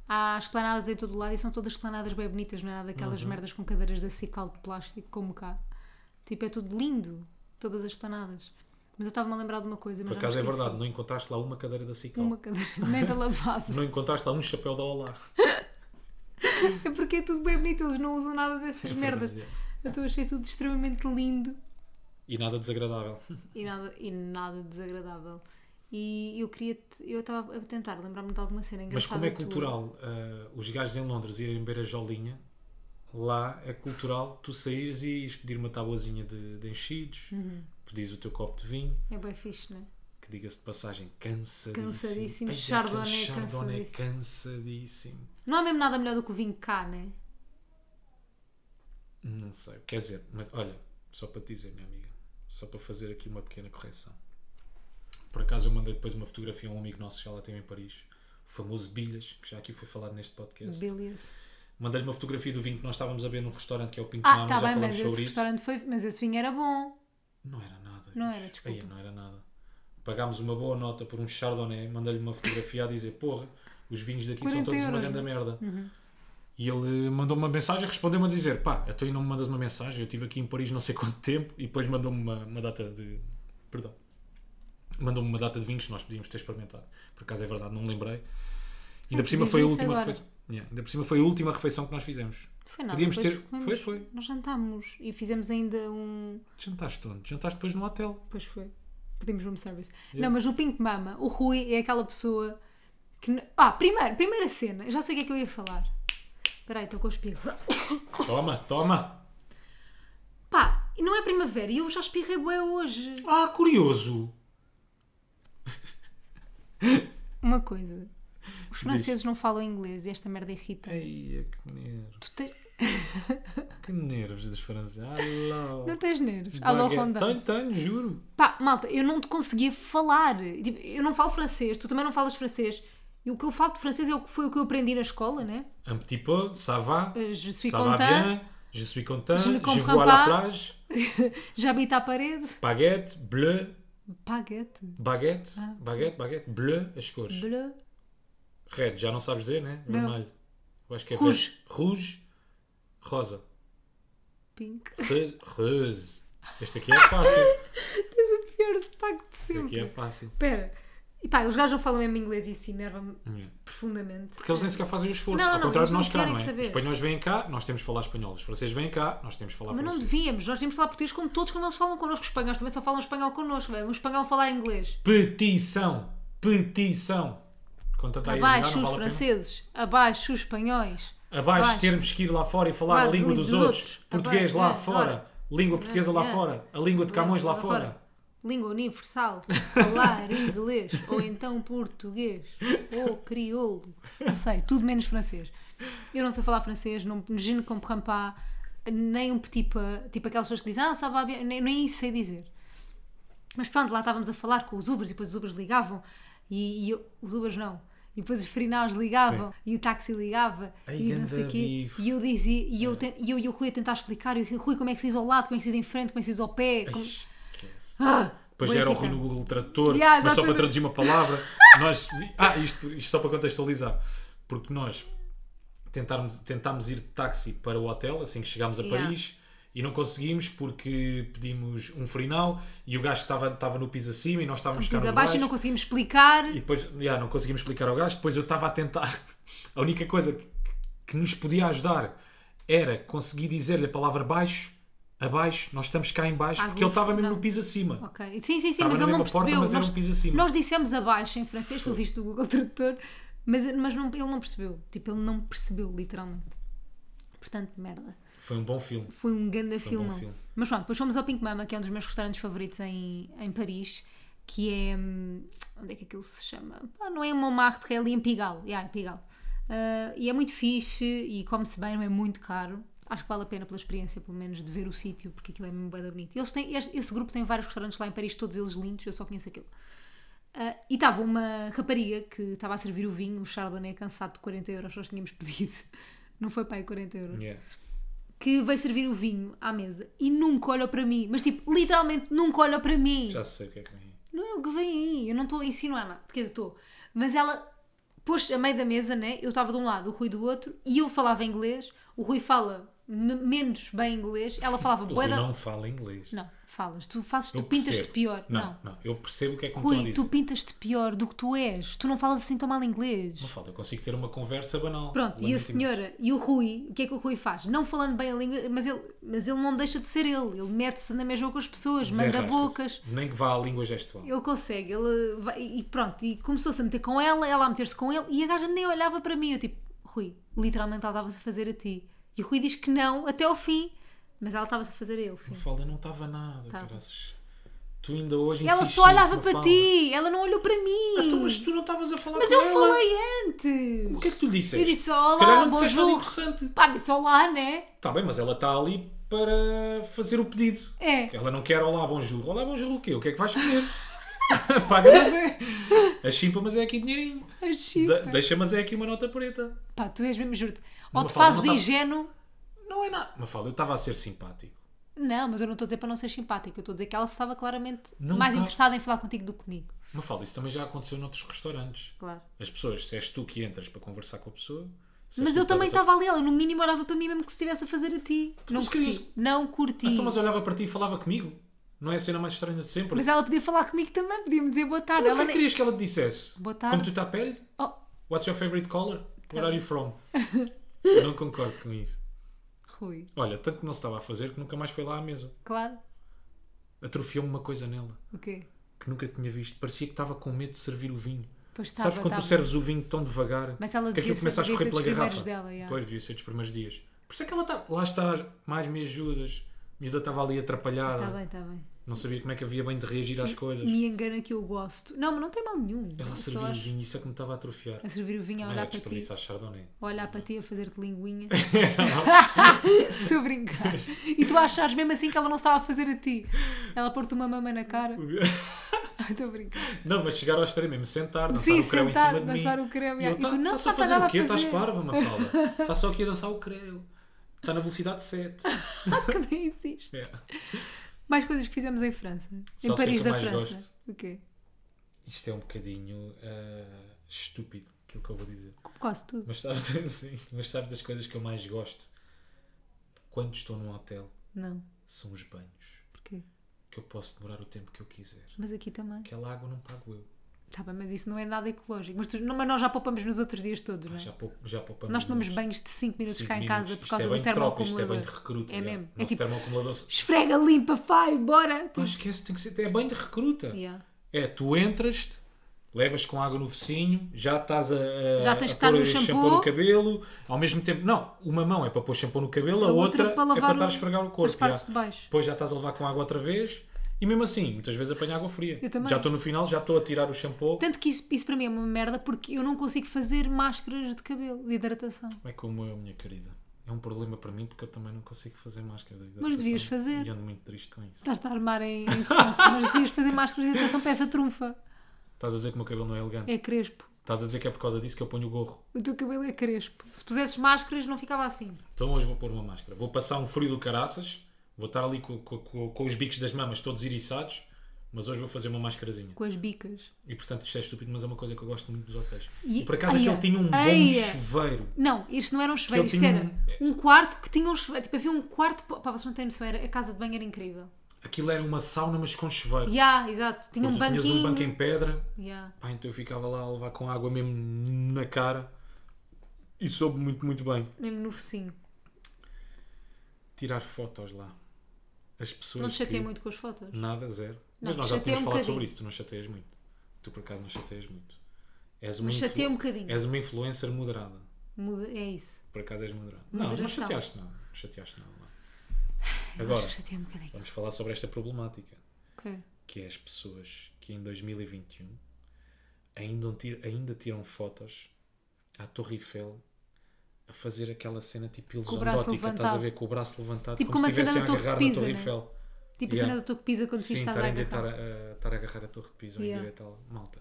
Speaker 1: há Há esplanadas em todo o lado e são todas esplanadas bem bonitas, não é nada aquelas
Speaker 2: Uhum.
Speaker 1: merdas com cadeiras de acical de plástico como cá. Tipo, é tudo lindo, todas as esplanadas. Mas eu estava-me a lembrar de uma coisa, mas
Speaker 2: Por
Speaker 1: já me
Speaker 2: acaso é
Speaker 1: esqueci.
Speaker 2: verdade, não encontraste lá uma cadeira da Cical.
Speaker 1: Uma cadeira, nem da lavagem.
Speaker 2: Não encontraste lá um chapéu da Olá.
Speaker 1: É porque é tudo bem bonito, eles não usam nada dessas
Speaker 2: É
Speaker 1: merdas.
Speaker 2: verdade,
Speaker 1: Então eu achei tudo extremamente lindo
Speaker 2: E nada desagradável.
Speaker 1: e nada, e nada desagradável. E eu queria. te- Eu estava a tentar lembrar-me de alguma cena
Speaker 2: Mas
Speaker 1: engraçada.
Speaker 2: como é
Speaker 1: tua.
Speaker 2: cultural ah, os gajos em Londres irem ver a Jolinha, lá é cultural tu saíres e ires pedir uma tabuazinha de, de enchidos,
Speaker 1: Uhum.
Speaker 2: pedires o teu copo de vinho,
Speaker 1: É bem fixe, não é?
Speaker 2: que diga-se de passagem, cansadíssimo.
Speaker 1: Cansadíssimo,
Speaker 2: Ai, aquele
Speaker 1: Chardonnay
Speaker 2: Chardonnay cansadíssimo.
Speaker 1: Não há mesmo nada melhor do que o vinho cá, né?
Speaker 2: Não sei, quer dizer, mas olha, só para te dizer, minha amiga, só para fazer aqui uma pequena correção. Por acaso eu mandei depois uma fotografia a um amigo nosso que já lá teve em Paris, o famoso Bilhas, que já aqui foi falado neste podcast.
Speaker 1: Beleza.
Speaker 2: Mandei-lhe uma fotografia do vinho que nós estávamos a beber num restaurante que é o Pinto
Speaker 1: Ah,
Speaker 2: Mama,
Speaker 1: tá
Speaker 2: já
Speaker 1: bem,
Speaker 2: falámos
Speaker 1: mas esse
Speaker 2: sobre isso.
Speaker 1: restaurante foi. Mas esse vinho era bom.
Speaker 2: Não era nada.
Speaker 1: Não
Speaker 2: Inês.
Speaker 1: era, desculpa.
Speaker 2: Ai, não era nada. Pagámos uma boa nota por um Chardonnay, mandei-lhe uma fotografia a dizer: Porra, os vinhos daqui são
Speaker 1: 40
Speaker 2: todos uma
Speaker 1: euros, Uhum.
Speaker 2: grande
Speaker 1: não
Speaker 2: merda. E ele eh, mandou me uma mensagem, respondeu-me a dizer: Pá, então aí não me mandas uma mensagem, eu estive aqui em Paris não sei quanto tempo, e depois mandou-me uma, uma data de. Perdão. Mandou-me uma data de vinhos que nós podíamos ter experimentado. Por acaso é verdade, não me lembrei. Ainda por cima
Speaker 1: diz-me
Speaker 2: foi a
Speaker 1: isso
Speaker 2: última
Speaker 1: agora.
Speaker 2: refeição. Yeah, ainda por cima foi a última refeição que nós fizemos.
Speaker 1: Foi nada.
Speaker 2: Podíamos
Speaker 1: depois
Speaker 2: ter-
Speaker 1: comemos.
Speaker 2: foi, foi.
Speaker 1: Nós jantámos e fizemos ainda um.
Speaker 2: Jantaste onde? Jantaste depois no hotel.
Speaker 1: Pois foi. Pedimos room service. Não, mas o Pink Mama, o Rui é aquela pessoa que. n- Ah, primeiro, primeira cena, já sei o que é que eu ia falar. Espera aí, estou com o espirro.
Speaker 2: Toma, toma!
Speaker 1: Pá, e não é primavera e eu já espirrei bué hoje.
Speaker 2: Ah, curioso!
Speaker 1: Uma coisa, os franceses não falam inglês e esta merda irrita.
Speaker 2: Eia, é que nervos.
Speaker 1: Tu te-
Speaker 2: Que nervos dos franceses. Alô.
Speaker 1: Não tens nervos. Alô, Rondon.
Speaker 2: Tenho, tenho, juro.
Speaker 1: Pá, malta, eu não te conseguia falar. Tipo, eu não falo francês, tu também não falas francês. E o que eu falo de francês é o que foi o que eu aprendi na escola, né?
Speaker 2: Un petit peu, ça va?
Speaker 1: Eh, je suis
Speaker 2: ça
Speaker 1: content.
Speaker 2: va bien? Je suis content.
Speaker 1: Je ne comprends
Speaker 2: vais à la
Speaker 1: pas.
Speaker 2: plage.
Speaker 1: Já habita a parede.
Speaker 2: Baguette, bleu.
Speaker 1: Paguete.
Speaker 2: Baguette, baguette, baguette. Bleu, as cores.
Speaker 1: Ah, Bleu.
Speaker 2: Red, já não sabes dizer, né?
Speaker 1: Não.
Speaker 2: Vermelho. Eu acho que é
Speaker 1: Rouge.
Speaker 2: verde. Rouge. Rosa.
Speaker 1: Pink.
Speaker 2: Re- Rose. Este aqui é fácil.
Speaker 1: Tens o pior sotaque de
Speaker 2: Este aqui é
Speaker 1: sempre.
Speaker 2: fácil.
Speaker 1: Espera. E pá, os gajos não falam mesmo inglês e isso enerva-me
Speaker 2: Yeah.
Speaker 1: profundamente.
Speaker 2: É. Porque eles nem sequer fazem o esforço.
Speaker 1: Não, não,
Speaker 2: Ao
Speaker 1: não,
Speaker 2: contrário
Speaker 1: eles
Speaker 2: de nós
Speaker 1: não
Speaker 2: cá,
Speaker 1: querem
Speaker 2: não é?
Speaker 1: saber.
Speaker 2: Os espanhóis vêm cá, nós temos de falar espanhol. Os franceses vêm cá, nós temos de falar
Speaker 1: Mas não
Speaker 2: francês.
Speaker 1: devíamos, nós devíamos falar português como todos quando eles falam connosco. Os espanhóis também só falam espanhol connosco, velho. Um espanhol falar inglês.
Speaker 2: Petição! Petição! Quanto está aí a jogar,
Speaker 1: Abaixo
Speaker 2: não
Speaker 1: os
Speaker 2: vale a pena.
Speaker 1: franceses, abaixo os espanhóis.
Speaker 2: Abaixo,
Speaker 1: Abaixo.
Speaker 2: termos que ir lá fora e falar
Speaker 1: Claro,
Speaker 2: a língua dos, outros. Português lá
Speaker 1: Abaixo, é,
Speaker 2: fora.
Speaker 1: fora.
Speaker 2: Língua portuguesa lá
Speaker 1: É.
Speaker 2: fora. A língua de Camões lá, fora.
Speaker 1: Língua universal. Falar inglês ou então português ou crioulo. Não sei, tudo menos francês. Eu não sei falar francês, não je ne comprends pas, nem um petit peu, tipo aquelas pessoas que dizem, ah, ça va bien", nem, nem isso sei dizer. Mas pronto, lá estávamos a falar com os Ubers e depois os Ubers ligavam e, e eu- os Ubers não. E depois os frinaus ligavam e o táxi ligava
Speaker 2: Ai,
Speaker 1: e não
Speaker 2: ganda
Speaker 1: sei o quê.
Speaker 2: bife.
Speaker 1: E eu dizia, e
Speaker 2: É.
Speaker 1: eu, ten- e eu e o Rui a tentar explicar, e o Rui como é que se diz ao lado, como é que se diz em frente, como é que se diz ao pé.
Speaker 2: Ai,
Speaker 1: como-
Speaker 2: esquece.
Speaker 1: Ah,
Speaker 2: Depois
Speaker 1: bué
Speaker 2: já era o Rui
Speaker 1: irritante.
Speaker 2: no Google Tradutor,
Speaker 1: Yeah, já
Speaker 2: mas só
Speaker 1: estou a
Speaker 2: para
Speaker 1: ver.
Speaker 2: traduzir uma palavra, nós. Ah, isto, isto só para contextualizar. Porque nós tentarmos, tentámos ir de táxi para o hotel assim que chegámos a
Speaker 1: Yeah.
Speaker 2: Paris e não conseguimos porque pedimos um frinal e o gajo estava, estava no piso acima e nós estávamos cá
Speaker 1: Fiz
Speaker 2: no
Speaker 1: abaixo e
Speaker 2: baixo.
Speaker 1: não conseguimos explicar.
Speaker 2: E depois, já, não conseguimos explicar ao gajo. Depois eu estava a tentar. A única coisa que, que nos podia ajudar era conseguir dizer-lhe a palavra baixo, abaixo, nós estamos cá em baixo,
Speaker 1: Ah,
Speaker 2: porque ele estava mesmo
Speaker 1: não.
Speaker 2: no piso acima.
Speaker 1: Ok. Sim, sim, sim,
Speaker 2: Estava
Speaker 1: mas
Speaker 2: na
Speaker 1: ele não
Speaker 2: mesma porta,
Speaker 1: percebeu.
Speaker 2: mas era
Speaker 1: nós,
Speaker 2: um piso acima.
Speaker 1: nós dissemos abaixo em francês, tu viste do Google Tradutor, mas, mas não, ele não percebeu. Tipo, ele não percebeu, literalmente. Portanto, merda.
Speaker 2: Foi um bom filme.
Speaker 1: Foi um grande
Speaker 2: Foi um bom
Speaker 1: filmão.
Speaker 2: filme.
Speaker 1: Mas pronto, depois fomos ao Pink Mama, que é um dos meus restaurantes favoritos em, em Paris, que é. hum, Onde é que aquilo se chama? Ah, não é em Montmartre, é ali em Pigalle. Yeah, em Pigalle. Ah, e é muito fixe e come-se bem, não é muito caro. Acho que vale a pena pela experiência, pelo menos, de ver o sítio, porque aquilo é mesmo bem bonito. Eles têm, este- esse grupo tem vários restaurantes lá em Paris, todos eles lindos, eu só conheço aquele. Ah, e estava uma rapariga que estava a servir o vinho, o Chardonnay cansado de 40 euros, nós tínhamos pedido. Não foi para aí 40 euros
Speaker 2: Yeah.
Speaker 1: que veio servir o vinho à mesa e nunca olhou para mim, mas tipo, literalmente nunca olhou para mim.
Speaker 2: Já sei o que é que vem. aí.
Speaker 1: Não é o que vem aí, eu não estou a insinuar nada, quer dizer, estou. Mas ela pôs a meio da mesa, né? Eu estava de um lado, o Rui do outro, e eu falava inglês. O Rui fala me- menos bem inglês. Ela falava
Speaker 2: O
Speaker 1: bué
Speaker 2: Rui
Speaker 1: da-
Speaker 2: não fala inglês.
Speaker 1: Não, falas. Tu, fazes, tu
Speaker 2: Eu
Speaker 1: pintas-te
Speaker 2: percebo.
Speaker 1: pior.
Speaker 2: Não, não, eu percebo o que é que me estão a
Speaker 1: Rui,
Speaker 2: dizer.
Speaker 1: tu pintas-te pior do que tu és. Tu não falas assim tão mal inglês.
Speaker 2: Não falo, eu consigo ter uma conversa banal.
Speaker 1: Pronto, e a
Speaker 2: Lamento imenso.
Speaker 1: senhora, e o Rui, o que é que o Rui faz? Não falando bem a língua, mas ele, mas ele não deixa de ser ele. Ele mete-se na mesma com as pessoas, manda
Speaker 2: Desenrasca-se.
Speaker 1: bocas.
Speaker 2: Nem que vá à língua gestual.
Speaker 1: Ele consegue, ele vai, e pronto, e começou-se a meter com ela, ela a meter-se com ele, e a gaja nem olhava para mim. Eu tipo, Rui, literalmente ela estava-se a fazer a ti. E o Rui diz que não, até ao fim, mas ela estava-se a fazer a ele. Fim.
Speaker 2: Mafalda não estava nada,
Speaker 1: Tava.
Speaker 2: caraças. Tu ainda hoje
Speaker 1: Tá. Ela
Speaker 2: insistes
Speaker 1: só olhava
Speaker 2: nisso,
Speaker 1: para
Speaker 2: Mafalda.
Speaker 1: ti, ela não olhou para
Speaker 2: Então,
Speaker 1: mim.
Speaker 2: mas tu não estavas a falar
Speaker 1: mas
Speaker 2: com
Speaker 1: eu
Speaker 2: ela.
Speaker 1: falei
Speaker 2: O
Speaker 1: antes.
Speaker 2: que é que tu disseste?
Speaker 1: Eu disse,
Speaker 2: Se calhar
Speaker 1: olá,
Speaker 2: não disseste nada
Speaker 1: bonjour.
Speaker 2: interessante.
Speaker 1: Pá, disse olá, né?
Speaker 2: Está bem, mas ela está ali para fazer o pedido.
Speaker 1: É.
Speaker 2: Ela não quer olá, bonjour. Olá, bonjour o quê? O que é que vais comer? Paga, mas é. A chimpa, mas é aqui dinheirinho.
Speaker 1: A Chica.
Speaker 2: Da- deixa, mas é aqui uma nota preta.
Speaker 1: Pá, tu és mesmo, juro-te. Ou
Speaker 2: Não
Speaker 1: te
Speaker 2: fala,
Speaker 1: fazes de
Speaker 2: não tá-
Speaker 1: ingênuo.
Speaker 2: Não é nada. Mafalda, eu estava a ser simpático.
Speaker 1: Não, mas eu não estou a dizer para não ser simpática. Eu estou a dizer que ela estava claramente
Speaker 2: Não
Speaker 1: mais
Speaker 2: tá.
Speaker 1: interessada em falar contigo do que comigo.
Speaker 2: Mafalda, isso também já aconteceu noutros restaurantes.
Speaker 1: Claro.
Speaker 2: As pessoas, se és tu que entras para conversar com a pessoa... se és
Speaker 1: Mas
Speaker 2: tu
Speaker 1: eu
Speaker 2: que estás
Speaker 1: também
Speaker 2: a Ah, fazer-
Speaker 1: estava ali, ela no mínimo olhava para mim mesmo que se estivesse a fazer a ti. não
Speaker 2: mas
Speaker 1: curti.
Speaker 2: querias-
Speaker 1: Não curti.
Speaker 2: Ah, Então, mas olhava para ti e falava comigo. Não é a cena mais estranha de sempre.
Speaker 1: Mas ela podia falar comigo também, podia-me dizer boa tarde.
Speaker 2: Mas o que
Speaker 1: Ela
Speaker 2: é que
Speaker 1: nem-
Speaker 2: querias que ela te dissesse?
Speaker 1: Boa tarde. Tá
Speaker 2: Como tu está a pele?
Speaker 1: Oh,
Speaker 2: What's your favorite color? Where
Speaker 1: bem.
Speaker 2: are you from? Eu não concordo com isso.
Speaker 1: Rui,
Speaker 2: Olha, tanto não se estava a fazer que nunca mais foi lá à mesa.
Speaker 1: claro.
Speaker 2: Atrofiou-me uma coisa nela
Speaker 1: O quê?
Speaker 2: que nunca tinha visto. Parecia que estava com medo de servir o vinho.
Speaker 1: Pois tá
Speaker 2: Sabes
Speaker 1: estava,
Speaker 2: quando tu
Speaker 1: estava.
Speaker 2: serves o vinho tão devagar
Speaker 1: Mas ela
Speaker 2: que
Speaker 1: devia
Speaker 2: aquilo
Speaker 1: ser-
Speaker 2: começa a
Speaker 1: devia
Speaker 2: escorrer
Speaker 1: ser
Speaker 2: pela
Speaker 1: dos primeiros
Speaker 2: garrafa?
Speaker 1: dela, yeah.
Speaker 2: Pois devia ser dos primeiros dias. Por isso é que ela está. Lá estás, mais me ajudas. A miúda estava ali atrapalhada.
Speaker 1: Está bem, está bem.
Speaker 2: Não sabia como é que havia bem de reagir às coisas.
Speaker 1: Me engana que eu gosto. Não, mas não tem mal nenhum.
Speaker 2: Ela é
Speaker 1: Eu só
Speaker 2: servia o
Speaker 1: acho-
Speaker 2: vinho, isso é que me estava a atrofiar.
Speaker 1: A servir o vinho, a
Speaker 2: Não era
Speaker 1: olhar para ti.
Speaker 2: desperdiçar chardonnay.
Speaker 1: a olhar para ti a fazer-te linguinha. Estou a brincar. E tu achares mesmo assim que ela não estava a fazer a ti. Ela pôr-te uma mama na cara. Estou a brincar.
Speaker 2: Não, mas chegar ao extremo, mesmo sentar, dançar
Speaker 1: Sim,
Speaker 2: o creu
Speaker 1: sentar,
Speaker 2: em cima de mim.
Speaker 1: dançar o creu,
Speaker 2: E
Speaker 1: já.
Speaker 2: eu,
Speaker 1: E
Speaker 2: tá-
Speaker 1: tu, não,
Speaker 2: tá-se a
Speaker 1: tá
Speaker 2: fazer
Speaker 1: nada
Speaker 2: o quê?
Speaker 1: a fazer.
Speaker 2: Estás parva, Mafalda. Está só aqui a dançar o creu. Está na velocidade 7.
Speaker 1: que nem existe.
Speaker 2: É.
Speaker 1: Mais coisas que fizemos em França.
Speaker 2: Sabe o
Speaker 1: em
Speaker 2: que é
Speaker 1: Paris
Speaker 2: que eu
Speaker 1: da
Speaker 2: mais
Speaker 1: França.
Speaker 2: gosto?
Speaker 1: O quê?
Speaker 2: Isto é um bocadinho ah, estúpido, aquilo que eu vou dizer.
Speaker 1: Como quase tudo.
Speaker 2: Mas sabes, sim, mas sabes das coisas que eu mais gosto quando estou num hotel
Speaker 1: Não.
Speaker 2: são os banhos.
Speaker 1: Porquê?
Speaker 2: Que eu posso demorar o tempo que eu quiser.
Speaker 1: Mas aqui também.
Speaker 2: Aquela água não pago eu.
Speaker 1: Tá bem, mas isso não é nada ecológico. Mas, tu- não, mas nós já poupamos nos outros dias todos, não é?
Speaker 2: Já, poup- já poupamos.
Speaker 1: Nós tomamos
Speaker 2: minutos.
Speaker 1: banhos de 5 minutos
Speaker 2: Cinco
Speaker 1: cá em casa
Speaker 2: minutos.
Speaker 1: por
Speaker 2: Isto
Speaker 1: causa
Speaker 2: é
Speaker 1: do
Speaker 2: bem de tropa, Isto é
Speaker 1: termoacumulador.
Speaker 2: bem de recruta.
Speaker 1: É mesmo. É
Speaker 2: Nosso
Speaker 1: tipo,
Speaker 2: termoacumulador.
Speaker 1: esfrega, limpa, vai, bora.
Speaker 2: Pá, esquece, tem que ser. É bem de recruta.
Speaker 1: Yeah.
Speaker 2: É, tu entras, levas com água no focinho, já estás a, a-
Speaker 1: Já tens que
Speaker 2: a
Speaker 1: estar
Speaker 2: pôr
Speaker 1: no shampoo.
Speaker 2: no cabelo, ao mesmo tempo. Não, uma mão é para pôr shampoo no cabelo, a,
Speaker 1: A outra
Speaker 2: outra,
Speaker 1: para lavar
Speaker 2: é para estar
Speaker 1: o-
Speaker 2: a esfregar o
Speaker 1: As
Speaker 2: corpo.
Speaker 1: partes
Speaker 2: já.
Speaker 1: de baixo.
Speaker 2: Depois já estás a levar com água outra vez e mesmo assim, muitas vezes apanha água fria.
Speaker 1: Eu também.
Speaker 2: Já estou no final, já estou a tirar o shampoo.
Speaker 1: Tanto que isso, isso para mim é uma merda porque eu não consigo fazer máscaras de cabelo, de hidratação.
Speaker 2: É como eu, minha querida. É um problema para mim porque eu também não consigo fazer máscaras de
Speaker 1: Mas devias
Speaker 2: hidratação
Speaker 1: fazer.
Speaker 2: E ando muito triste com isso.
Speaker 1: Estás-te a armar em, em sonso, mas devias fazer máscaras de hidratação para essa trunfa.
Speaker 2: Estás a dizer que o meu cabelo não é elegante.
Speaker 1: É crespo.
Speaker 2: Estás a dizer que é por causa disso que eu ponho o gorro.
Speaker 1: O teu cabelo é crespo. Se pusesses máscaras, não ficava assim.
Speaker 2: Então hoje vou pôr uma máscara. Vou passar um frio do caraças. Vou estar ali co- co- co- com, os bicos das mamas todos iriçados. Mas hoje vou fazer uma máscarazinha.
Speaker 1: Com as bicas.
Speaker 2: E portanto isto é estúpido, mas é uma coisa que eu gosto muito dos hotéis.
Speaker 1: E-
Speaker 2: E, por acaso
Speaker 1: Ai,
Speaker 2: aquele
Speaker 1: é.
Speaker 2: tinha um bom
Speaker 1: Ai, é.
Speaker 2: chuveiro.
Speaker 1: Não, isto não era um chuveiro,
Speaker 2: Que
Speaker 1: isto
Speaker 2: ele tinha
Speaker 1: era um quarto que tinha um chuveiro. Tipo, havia um quarto. pa- Pá, vocês não têm noção, era, a casa de banho era incrível.
Speaker 2: Aquilo era uma sauna, mas com chuveiro.
Speaker 1: Ya, exato. Tinha um
Speaker 2: Porque tu tinhas
Speaker 1: banquinho.
Speaker 2: um banco em pedra.
Speaker 1: Ya.
Speaker 2: Pá, então eu ficava lá a levar com água mesmo na cara. E soube muito, muito bem.
Speaker 1: Mesmo no focinho.
Speaker 2: Tirar fotos lá. As pessoas.
Speaker 1: Não te
Speaker 2: que-
Speaker 1: chateei muito com as fotos.
Speaker 2: Nada, zero.
Speaker 1: Não,
Speaker 2: Mas nós já
Speaker 1: chateia
Speaker 2: tínhamos
Speaker 1: um
Speaker 2: falado
Speaker 1: bocadinho.
Speaker 2: sobre isso. Tu não chateias muito. Tu por acaso não chateias muito. És uma
Speaker 1: Mas
Speaker 2: influ-
Speaker 1: chateia um bocadinho.
Speaker 2: És uma influencer moderada.
Speaker 1: Muda- é isso.
Speaker 2: Por acaso és moderada. Não, não
Speaker 1: Moderação.
Speaker 2: chateaste nada. Não chateaste nada. não.
Speaker 1: Eu
Speaker 2: Agora.
Speaker 1: Acho que chateia um bocadinho.
Speaker 2: Vamos falar sobre esta problemática.
Speaker 1: Ok.
Speaker 2: Que é as pessoas que em 2021 ainda, não tir- ainda tiram fotos à Torre Eiffel a fazer aquela cena tipo
Speaker 1: o braço
Speaker 2: ilusão gótica. Estás a
Speaker 1: levantado.
Speaker 2: ver com o braço levantado
Speaker 1: Tipo
Speaker 2: como se
Speaker 1: como a cena
Speaker 2: estivessem a
Speaker 1: da Torre de
Speaker 2: agarrar
Speaker 1: Pisa,
Speaker 2: na Torre
Speaker 1: né?
Speaker 2: Eiffel.
Speaker 1: Tipo a
Speaker 2: Ya.
Speaker 1: cena da Torre de Pisa quando se
Speaker 2: Sim,
Speaker 1: está
Speaker 2: estarem
Speaker 1: a
Speaker 2: a
Speaker 1: agarrar.
Speaker 2: tentar a- eh, a- estar a agarrar a Torre de Pisa
Speaker 1: Yeah.
Speaker 2: em direto à malta.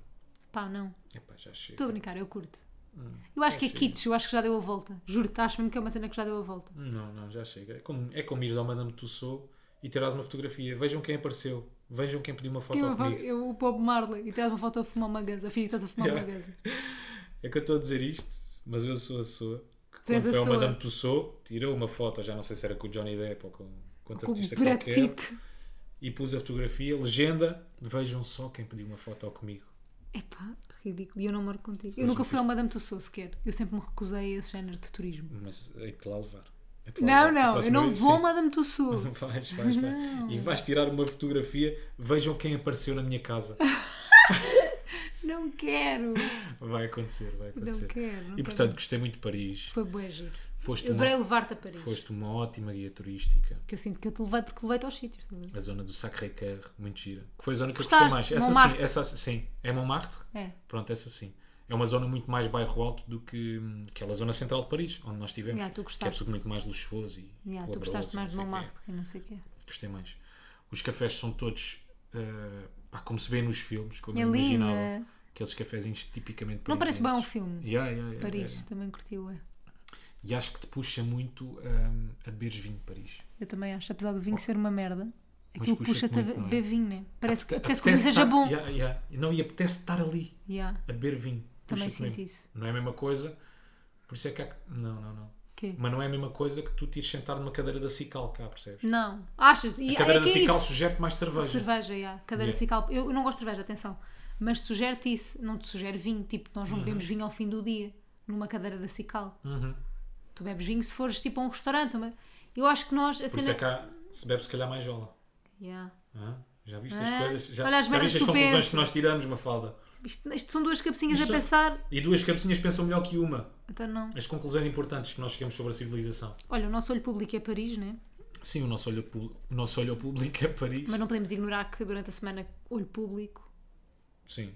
Speaker 1: Pá, não.
Speaker 2: Epá, já chega.
Speaker 1: Estou a brincar, eu curto.
Speaker 2: Hum.
Speaker 1: eu acho que é
Speaker 2: achei.
Speaker 1: kits, eu acho que já deu a volta. Juro-te, acho mesmo que é uma cena que já deu a volta.
Speaker 2: Não, não, já chega. É como, é como ires ao Madame Tussauds e terás uma fotografia. Vejam quem apareceu. Vejam quem pediu uma foto
Speaker 1: Que é eu,
Speaker 2: comigo.
Speaker 1: eu, o Bob Marley e traz uma foto a fumar uma gaza, a fingir que estás a fumar
Speaker 2: Yeah.
Speaker 1: uma gaza.
Speaker 2: É que eu estou a dizer isto, mas eu sou a sua. Que
Speaker 1: Tu és
Speaker 2: quando
Speaker 1: a
Speaker 2: foi ao
Speaker 1: sua.
Speaker 2: Madame Tussauds, tirou uma foto, já não sei se era com o Johnny Depp ou com, com outro
Speaker 1: Com
Speaker 2: artista
Speaker 1: o Brad
Speaker 2: qualquer,
Speaker 1: Pitt.
Speaker 2: e pus a fotografia, legenda, vejam só quem pediu uma foto comigo.
Speaker 1: Epá, ridículo. E eu não moro contigo. Eu
Speaker 2: Pois
Speaker 1: nunca
Speaker 2: não
Speaker 1: fui ao Madame Tussauds sequer. Eu sempre me recusei a esse género de turismo.
Speaker 2: Mas hei-te lá levar. Hei-te lá
Speaker 1: Não,
Speaker 2: levar. A
Speaker 1: não, eu
Speaker 2: próxima
Speaker 1: não
Speaker 2: vez,
Speaker 1: vou ao
Speaker 2: sim.
Speaker 1: Madame Tussauds.
Speaker 2: Vais, vais, vais. E vais tirar uma fotografia, vejam quem apareceu na minha casa.
Speaker 1: Não quero.
Speaker 2: Vai acontecer, vai acontecer.
Speaker 1: quero, não
Speaker 2: e
Speaker 1: quero.
Speaker 2: portanto, gostei muito de Paris.
Speaker 1: Foi bué giro.
Speaker 2: Foste
Speaker 1: Eu adorei
Speaker 2: uma,
Speaker 1: levar-te a Paris.
Speaker 2: foste uma ótima guia turística.
Speaker 1: Que eu sinto que eu te levei porque levei-te aos sítios. estás a ver?
Speaker 2: A zona do Sacré-Cœur, muito gira. Que foi a zona que eu
Speaker 1: Gostaste?
Speaker 2: gostei mais. Essa sim,
Speaker 1: Montmartre.
Speaker 2: essa sim. É Montmartre?
Speaker 1: É.
Speaker 2: Pronto, essa sim. É uma zona muito mais bairro alto do que hum, aquela zona central de Paris, onde nós estivemos.
Speaker 1: Yeah, tu
Speaker 2: que é
Speaker 1: gostaste.
Speaker 2: tudo muito mais luxuoso e
Speaker 1: Yeah, tu
Speaker 2: calabroso,
Speaker 1: gostaste mais de
Speaker 2: não sei o quê.
Speaker 1: Montmartre e não sei o quê.
Speaker 2: Gostei mais. Os cafés são todos, eh, pá, como se vê nos filmes, como
Speaker 1: É
Speaker 2: eu
Speaker 1: lindo.
Speaker 2: imaginava. Aqueles cafezinhos tipicamente
Speaker 1: Não parece bem um
Speaker 2: parisienses.
Speaker 1: filme.
Speaker 2: Yeah, yeah, yeah,
Speaker 1: Paris,
Speaker 2: yeah.
Speaker 1: também é. curti o
Speaker 2: E acho que te puxa muito hum, a beberes vinho de Paris.
Speaker 1: Eu também acho, apesar do vinho ser uma merda, aquilo
Speaker 2: Oh. puxa-te
Speaker 1: puxa-te a
Speaker 2: muito, não é?
Speaker 1: beber vinho, né? Parece que, parece que o vinho
Speaker 2: Apetece
Speaker 1: seja
Speaker 2: estar-
Speaker 1: bom.
Speaker 2: Yeah, yeah. Não, e apetece estar ali
Speaker 1: Yeah.
Speaker 2: a beber vinho.
Speaker 1: Também
Speaker 2: Puxa-te mesmo.
Speaker 1: senti isso.
Speaker 2: Não é a mesma coisa, por isso é que há... Não, não, não.
Speaker 1: Quê?
Speaker 2: Mas não é a mesma coisa que tu te ires sentar numa cadeira da Cical cá, percebes?
Speaker 1: Não. Achas? E
Speaker 2: A
Speaker 1: é
Speaker 2: cadeira da
Speaker 1: que é
Speaker 2: Cical
Speaker 1: isso.
Speaker 2: sugere mais cerveja.
Speaker 1: Cerveja, yeah. cadeira
Speaker 2: Yeah.
Speaker 1: de cical. Eu, eu não gosto de cerveja, atenção. Mas sugere-te isso. Não te sugere vinho. Tipo, nós não bebemos vinho ao fim do dia, numa cadeira da cical.
Speaker 2: Uhum.
Speaker 1: Tu bebes vinho se fores tipo a um restaurante. uma- Eu acho que nós. A
Speaker 2: Por isso
Speaker 1: cena-
Speaker 2: é que há... se bebe se calhar mais jola.
Speaker 1: Yeah.
Speaker 2: Hã? Já viste as
Speaker 1: Hã?
Speaker 2: coisas? Já,
Speaker 1: Olha as
Speaker 2: já
Speaker 1: merdas
Speaker 2: viste
Speaker 1: que tu
Speaker 2: as conclusões
Speaker 1: pensas.
Speaker 2: que nós tiramos, Mafalda?
Speaker 1: Isto, isto são duas cabecinhas
Speaker 2: Isto-
Speaker 1: a pensar.
Speaker 2: E duas cabecinhas pensam melhor que uma.
Speaker 1: Então não.
Speaker 2: As conclusões importantes que nós chegamos sobre a civilização.
Speaker 1: Olha, o nosso olho público é Paris, né?
Speaker 2: Sim, o nosso olho, pu- o nosso olho ao público é Paris.
Speaker 1: Mas não podemos ignorar que durante a semana, olho público,
Speaker 2: Sim.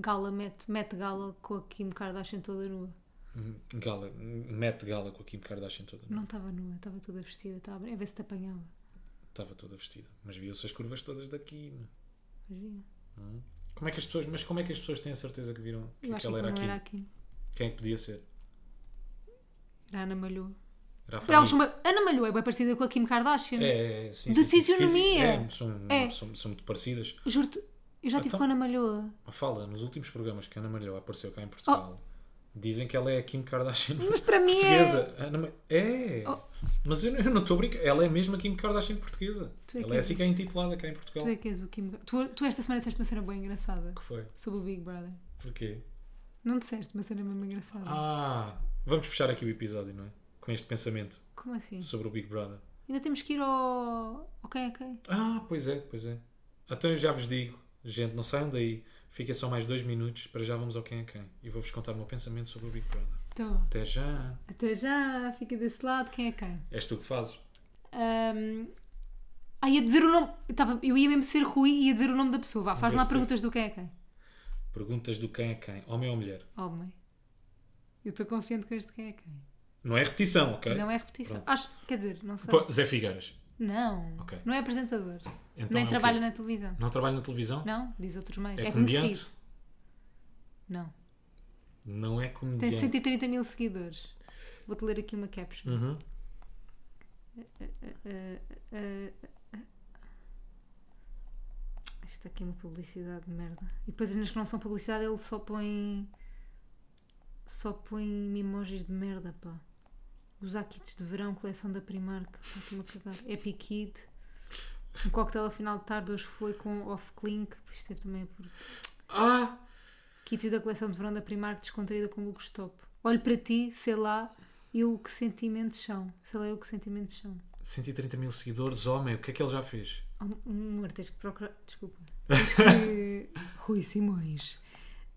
Speaker 1: Gala mete, mete Gala com a Kim Kardashian toda nua.
Speaker 2: Gala. Mete gala com a Kim Kardashian toda.
Speaker 1: Não estava nua, estava toda vestida, estava a ver se te apanhava.
Speaker 2: Estava toda vestida. Mas viu-se as curvas todas da Kim.
Speaker 1: Imagina.
Speaker 2: Como é que as pessoas, mas como é que as pessoas têm a certeza que viram que
Speaker 1: Eu acho que
Speaker 2: aquela
Speaker 1: não
Speaker 2: era a Kim?
Speaker 1: era a Kim.
Speaker 2: Quem é que podia ser?
Speaker 1: Era a Ana Malhoa.
Speaker 2: Era a
Speaker 1: Para eles,
Speaker 2: família.
Speaker 1: uma- Ana Malhoa é bem parecida com a Kim Kardashian.
Speaker 2: É, é, sim,
Speaker 1: De
Speaker 2: sim, sim.
Speaker 1: fisionomia.
Speaker 2: Fisi- É, são,
Speaker 1: É.
Speaker 2: São, são muito parecidas.
Speaker 1: Juro-te, eu já estive
Speaker 2: Então.
Speaker 1: com a Ana Malhoa.
Speaker 2: Fala, nos últimos programas que a Ana Maria apareceu cá em Portugal, dizem que ela é a Kim Kardashian
Speaker 1: Mas para mim é-
Speaker 2: portuguesa. Ana Ma- É!
Speaker 1: Oh.
Speaker 2: Mas eu, não- eu não estou a brincar, ela é mesmo a Kim Kardashian portuguesa.
Speaker 1: Tu é
Speaker 2: ela
Speaker 1: que
Speaker 2: é
Speaker 1: és-
Speaker 2: assim que é intitulada cá em Portugal.
Speaker 1: Tu é que és o Kim tu, tu esta semana disseste uma cena bem engraçada
Speaker 2: que foi?
Speaker 1: sobre o Big Brother.
Speaker 2: Porquê?
Speaker 1: Não disseste uma cena mesmo engraçada.
Speaker 2: Ah, vamos fechar aqui o episódio, não é? Com este pensamento
Speaker 1: Como assim?
Speaker 2: sobre o Big Brother.
Speaker 1: Ainda temos que ir ao. Ok, ok.
Speaker 2: Ah, pois é, pois é. Então eu já vos digo, gente, não saiam daí. Fiquem só mais dois minutos, para já vamos ao quem é quem. E vou-vos contar o meu pensamento sobre o Big Brother.
Speaker 1: Então,
Speaker 2: Até já!
Speaker 1: até já, fica desse lado, quem é quem?
Speaker 2: És tu que fazes.
Speaker 1: Ahm, Ah, ia dizer o nome. Eu, tava- eu ia mesmo ser Rui e ia dizer o nome da pessoa. Vá, faz
Speaker 2: Eu
Speaker 1: lá
Speaker 2: sei.
Speaker 1: perguntas do quem é quem.
Speaker 2: Perguntas do quem é quem, homem ou mulher.
Speaker 1: Homem. Eu estou confiante com este quem é quem.
Speaker 2: Não é repetição, ok?
Speaker 1: Não é repetição. Acho, quer dizer, não sei.
Speaker 2: Pô, Zé Figueiras.
Speaker 1: Não.
Speaker 2: Ok.
Speaker 1: Não é apresentador.
Speaker 2: Então é
Speaker 1: Nem
Speaker 2: o quê?
Speaker 1: trabalha na televisão.
Speaker 2: Não trabalha na televisão?
Speaker 1: Não, diz outros meios.
Speaker 2: É,
Speaker 1: É,
Speaker 2: comediante?
Speaker 1: conhecido. Não.
Speaker 2: Não é
Speaker 1: Tem
Speaker 2: comediante.
Speaker 1: 130 mil seguidores. Vou-te ler aqui uma caption.
Speaker 2: Uhum.
Speaker 1: Eh, Isto aqui é uma publicidade de merda. E depois nas que não são publicidade ele só põe. Só põe emojis de merda, pá. Usar kits de verão, coleção da Primark. Pá, Estou-me a cagar. Happy Kid. Um coquetel ao final de tarde hoje foi com Off Clink. Isto teve também é por.
Speaker 2: Ah!
Speaker 1: Kits da coleção de verão da Primark descontraída com looks top. Olho para ti, sei lá, eu que sentimentos são. Sei lá, eu que sentimentos são.
Speaker 2: 130 mil seguidores, homem, o que é que ele já fez?
Speaker 1: Oh, amor, tens que procurar. Desculpa. Tens que. Rui Simões,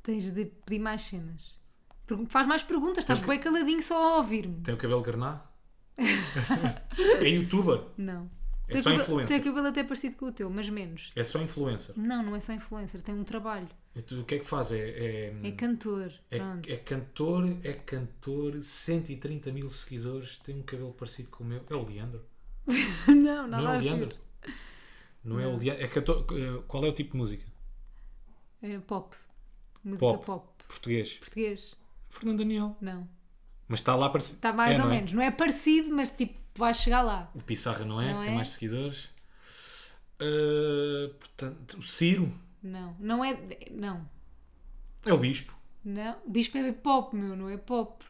Speaker 1: tens de pedir mais cenas. Pergun- Faz mais perguntas, estás bem caladinho só a ouvir-me.
Speaker 2: Tem o cabelo garná? é youtuber.
Speaker 1: Não.
Speaker 2: É
Speaker 1: Teu
Speaker 2: só
Speaker 1: cabelo-
Speaker 2: influencer.
Speaker 1: Teu cabelo até é parecido com o teu, mas menos.
Speaker 2: É só influencer.
Speaker 1: Não, não é só influencer, tem um trabalho.
Speaker 2: E tu, o que é que faz? É, é,
Speaker 1: É cantor.
Speaker 2: é-
Speaker 1: Pronto.
Speaker 2: é cantor, é cantor, 130 mil seguidores, tem um cabelo parecido com o meu. É o Leandro.
Speaker 1: não, nada
Speaker 2: Não é
Speaker 1: a
Speaker 2: o
Speaker 1: ver.
Speaker 2: Leandro? Não, é o Leandro. É cantor. eh, Qual é o tipo de música?
Speaker 1: É pop. Música pop.
Speaker 2: Português.
Speaker 1: Português?
Speaker 2: Fernando Daniel.
Speaker 1: Não.
Speaker 2: Mas está lá parecido.
Speaker 1: Está mais ou
Speaker 2: não é?
Speaker 1: menos. Não é parecido, mas tipo, vai chegar lá.
Speaker 2: O Pissarra não é,
Speaker 1: Não
Speaker 2: que tem
Speaker 1: é?
Speaker 2: mais seguidores. Ah, portanto, o Ciro
Speaker 1: Não. Não é. Não.
Speaker 2: é o Bispo.
Speaker 1: Não, o Bispo é pop, meu, não é pop.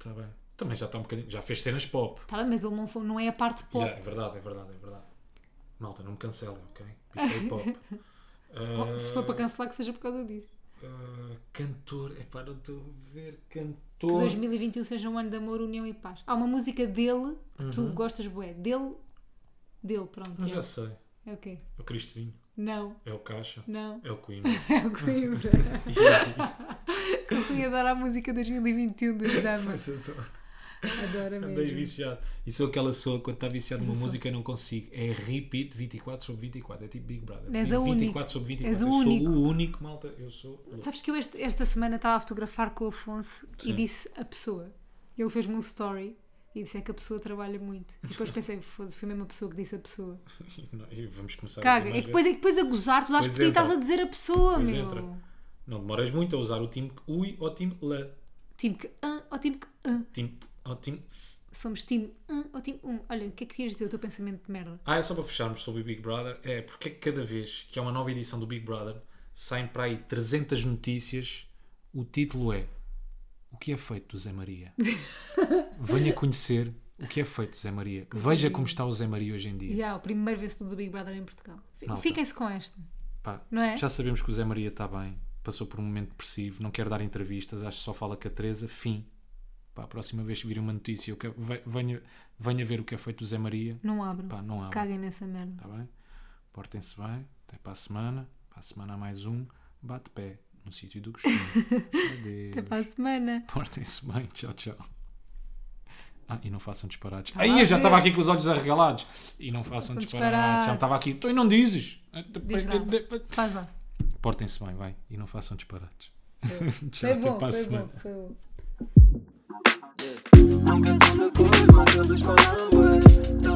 Speaker 2: Tá bem. Também já está um bocadinho. Já fez cenas pop.
Speaker 1: Está Tá bem, mas ele não, foi- não é a parte pop.
Speaker 2: Yeah, é verdade, é verdade, é verdade. Malta, não me cancelem, ok? Isto é pop. Ah,
Speaker 1: Oh, se for para cancelar, que seja por causa disso.
Speaker 2: cantor, é para não estou a ver.
Speaker 1: Que
Speaker 2: Cantor.
Speaker 1: 2021 seja um ano de amor, união e paz. Há uma música dele que tu gostas, bué. Dele, dele, pronto.
Speaker 2: Eu
Speaker 1: é.
Speaker 2: já Uhum. sei.
Speaker 1: É o quê?
Speaker 2: É o Cristo Vinho.
Speaker 1: Não,
Speaker 2: É o Caixa.
Speaker 1: não.
Speaker 2: É o Queen. é assim.
Speaker 1: É o Coimbra.
Speaker 2: Easy.
Speaker 1: que eu fui adorar a música 2021 dos Damas.
Speaker 2: Mas eu tô-
Speaker 1: um Adoro
Speaker 2: Andei
Speaker 1: mesmo.
Speaker 2: viciado. E sou aquela pessoa que quando está viciado numa
Speaker 1: é. Mas eu sou.
Speaker 2: música eu não consigo. É repeat 24 sobre 24. É tipo Big Brother.
Speaker 1: És a
Speaker 2: 24
Speaker 1: única.
Speaker 2: sobre 24.
Speaker 1: És o
Speaker 2: eu
Speaker 1: único.
Speaker 2: sou o único, malta. Eu sou. louco.
Speaker 1: Sabes que eu este- esta semana estava a fotografar com o Afonso e
Speaker 2: Sim.
Speaker 1: disse a pessoa. Ele fez-me um story e disse é que a pessoa trabalha muito. E depois pensei, foda-se, foi mesmo a pessoa que disse a pessoa.
Speaker 2: Não, e vamos começar a
Speaker 1: Caga,
Speaker 2: dizer
Speaker 1: é
Speaker 2: mais
Speaker 1: que depois, é que depois a gozar, tu dás
Speaker 2: Pois
Speaker 1: por ti e
Speaker 2: entra.
Speaker 1: estás a dizer a pessoa,
Speaker 2: Pois
Speaker 1: meu.
Speaker 2: entra. vezes. Não demoras muito a usar o time ui ou time la.
Speaker 1: Time que ah, ou time que ah.
Speaker 2: Time p- ou time s.
Speaker 1: Somos time ah, ou time um. Olha, o que é que querias dizer o teu pensamento de merda?
Speaker 2: Ah, é só para fecharmos sobre o Big Brother. É porque é que cada vez que há uma nova edição do Big Brother saem para aí 300 notícias. O título é O que é feito do Zé Maria? Venha conhecer o que é feito do Zé Maria. Veja como está o Zé Maria hoje em dia.
Speaker 1: E há o primeiro vencedor do Big Brother em Portugal. F-
Speaker 2: Malta.
Speaker 1: Fiquem-se com esta.
Speaker 2: Pá,
Speaker 1: Não é?
Speaker 2: Já sabemos que o Zé Maria está bem, passou por um momento depressivo, não quer dar entrevistas, acho que só fala com a Teresa, fim. Pá, a próxima vez que vir uma notícia, eu quero- ve- venha, venha ver o que é feito o Zé Maria.
Speaker 1: Não abram.
Speaker 2: Pá, não há. Está
Speaker 1: Caguem nessa merda.
Speaker 2: Tá bem? Portem-se bem, até para a semana. Para a semana há mais um. Bate pé no sítio do costume.
Speaker 1: Até
Speaker 2: Adeus.
Speaker 1: para a semana.
Speaker 2: Portem-se bem, tchau, tchau. Ah, e não façam disparates.
Speaker 1: Estava
Speaker 2: Aí
Speaker 1: a
Speaker 2: eu já
Speaker 1: ver.
Speaker 2: estava aqui com os olhos arregalados. E não façam
Speaker 1: Tá Façam
Speaker 2: disparates. Já não estava aqui. Tu e não dizes.
Speaker 1: Diz lá. Faz lá.
Speaker 2: Portem-se bem, vai. E não façam disparates. Tchau,
Speaker 1: Foi
Speaker 2: até
Speaker 1: bom,
Speaker 2: para
Speaker 1: foi
Speaker 2: a semana.
Speaker 1: bom, foi bom.
Speaker 3: eh. I'm cantando cores, mas eles falam bué. Ela eh. eh.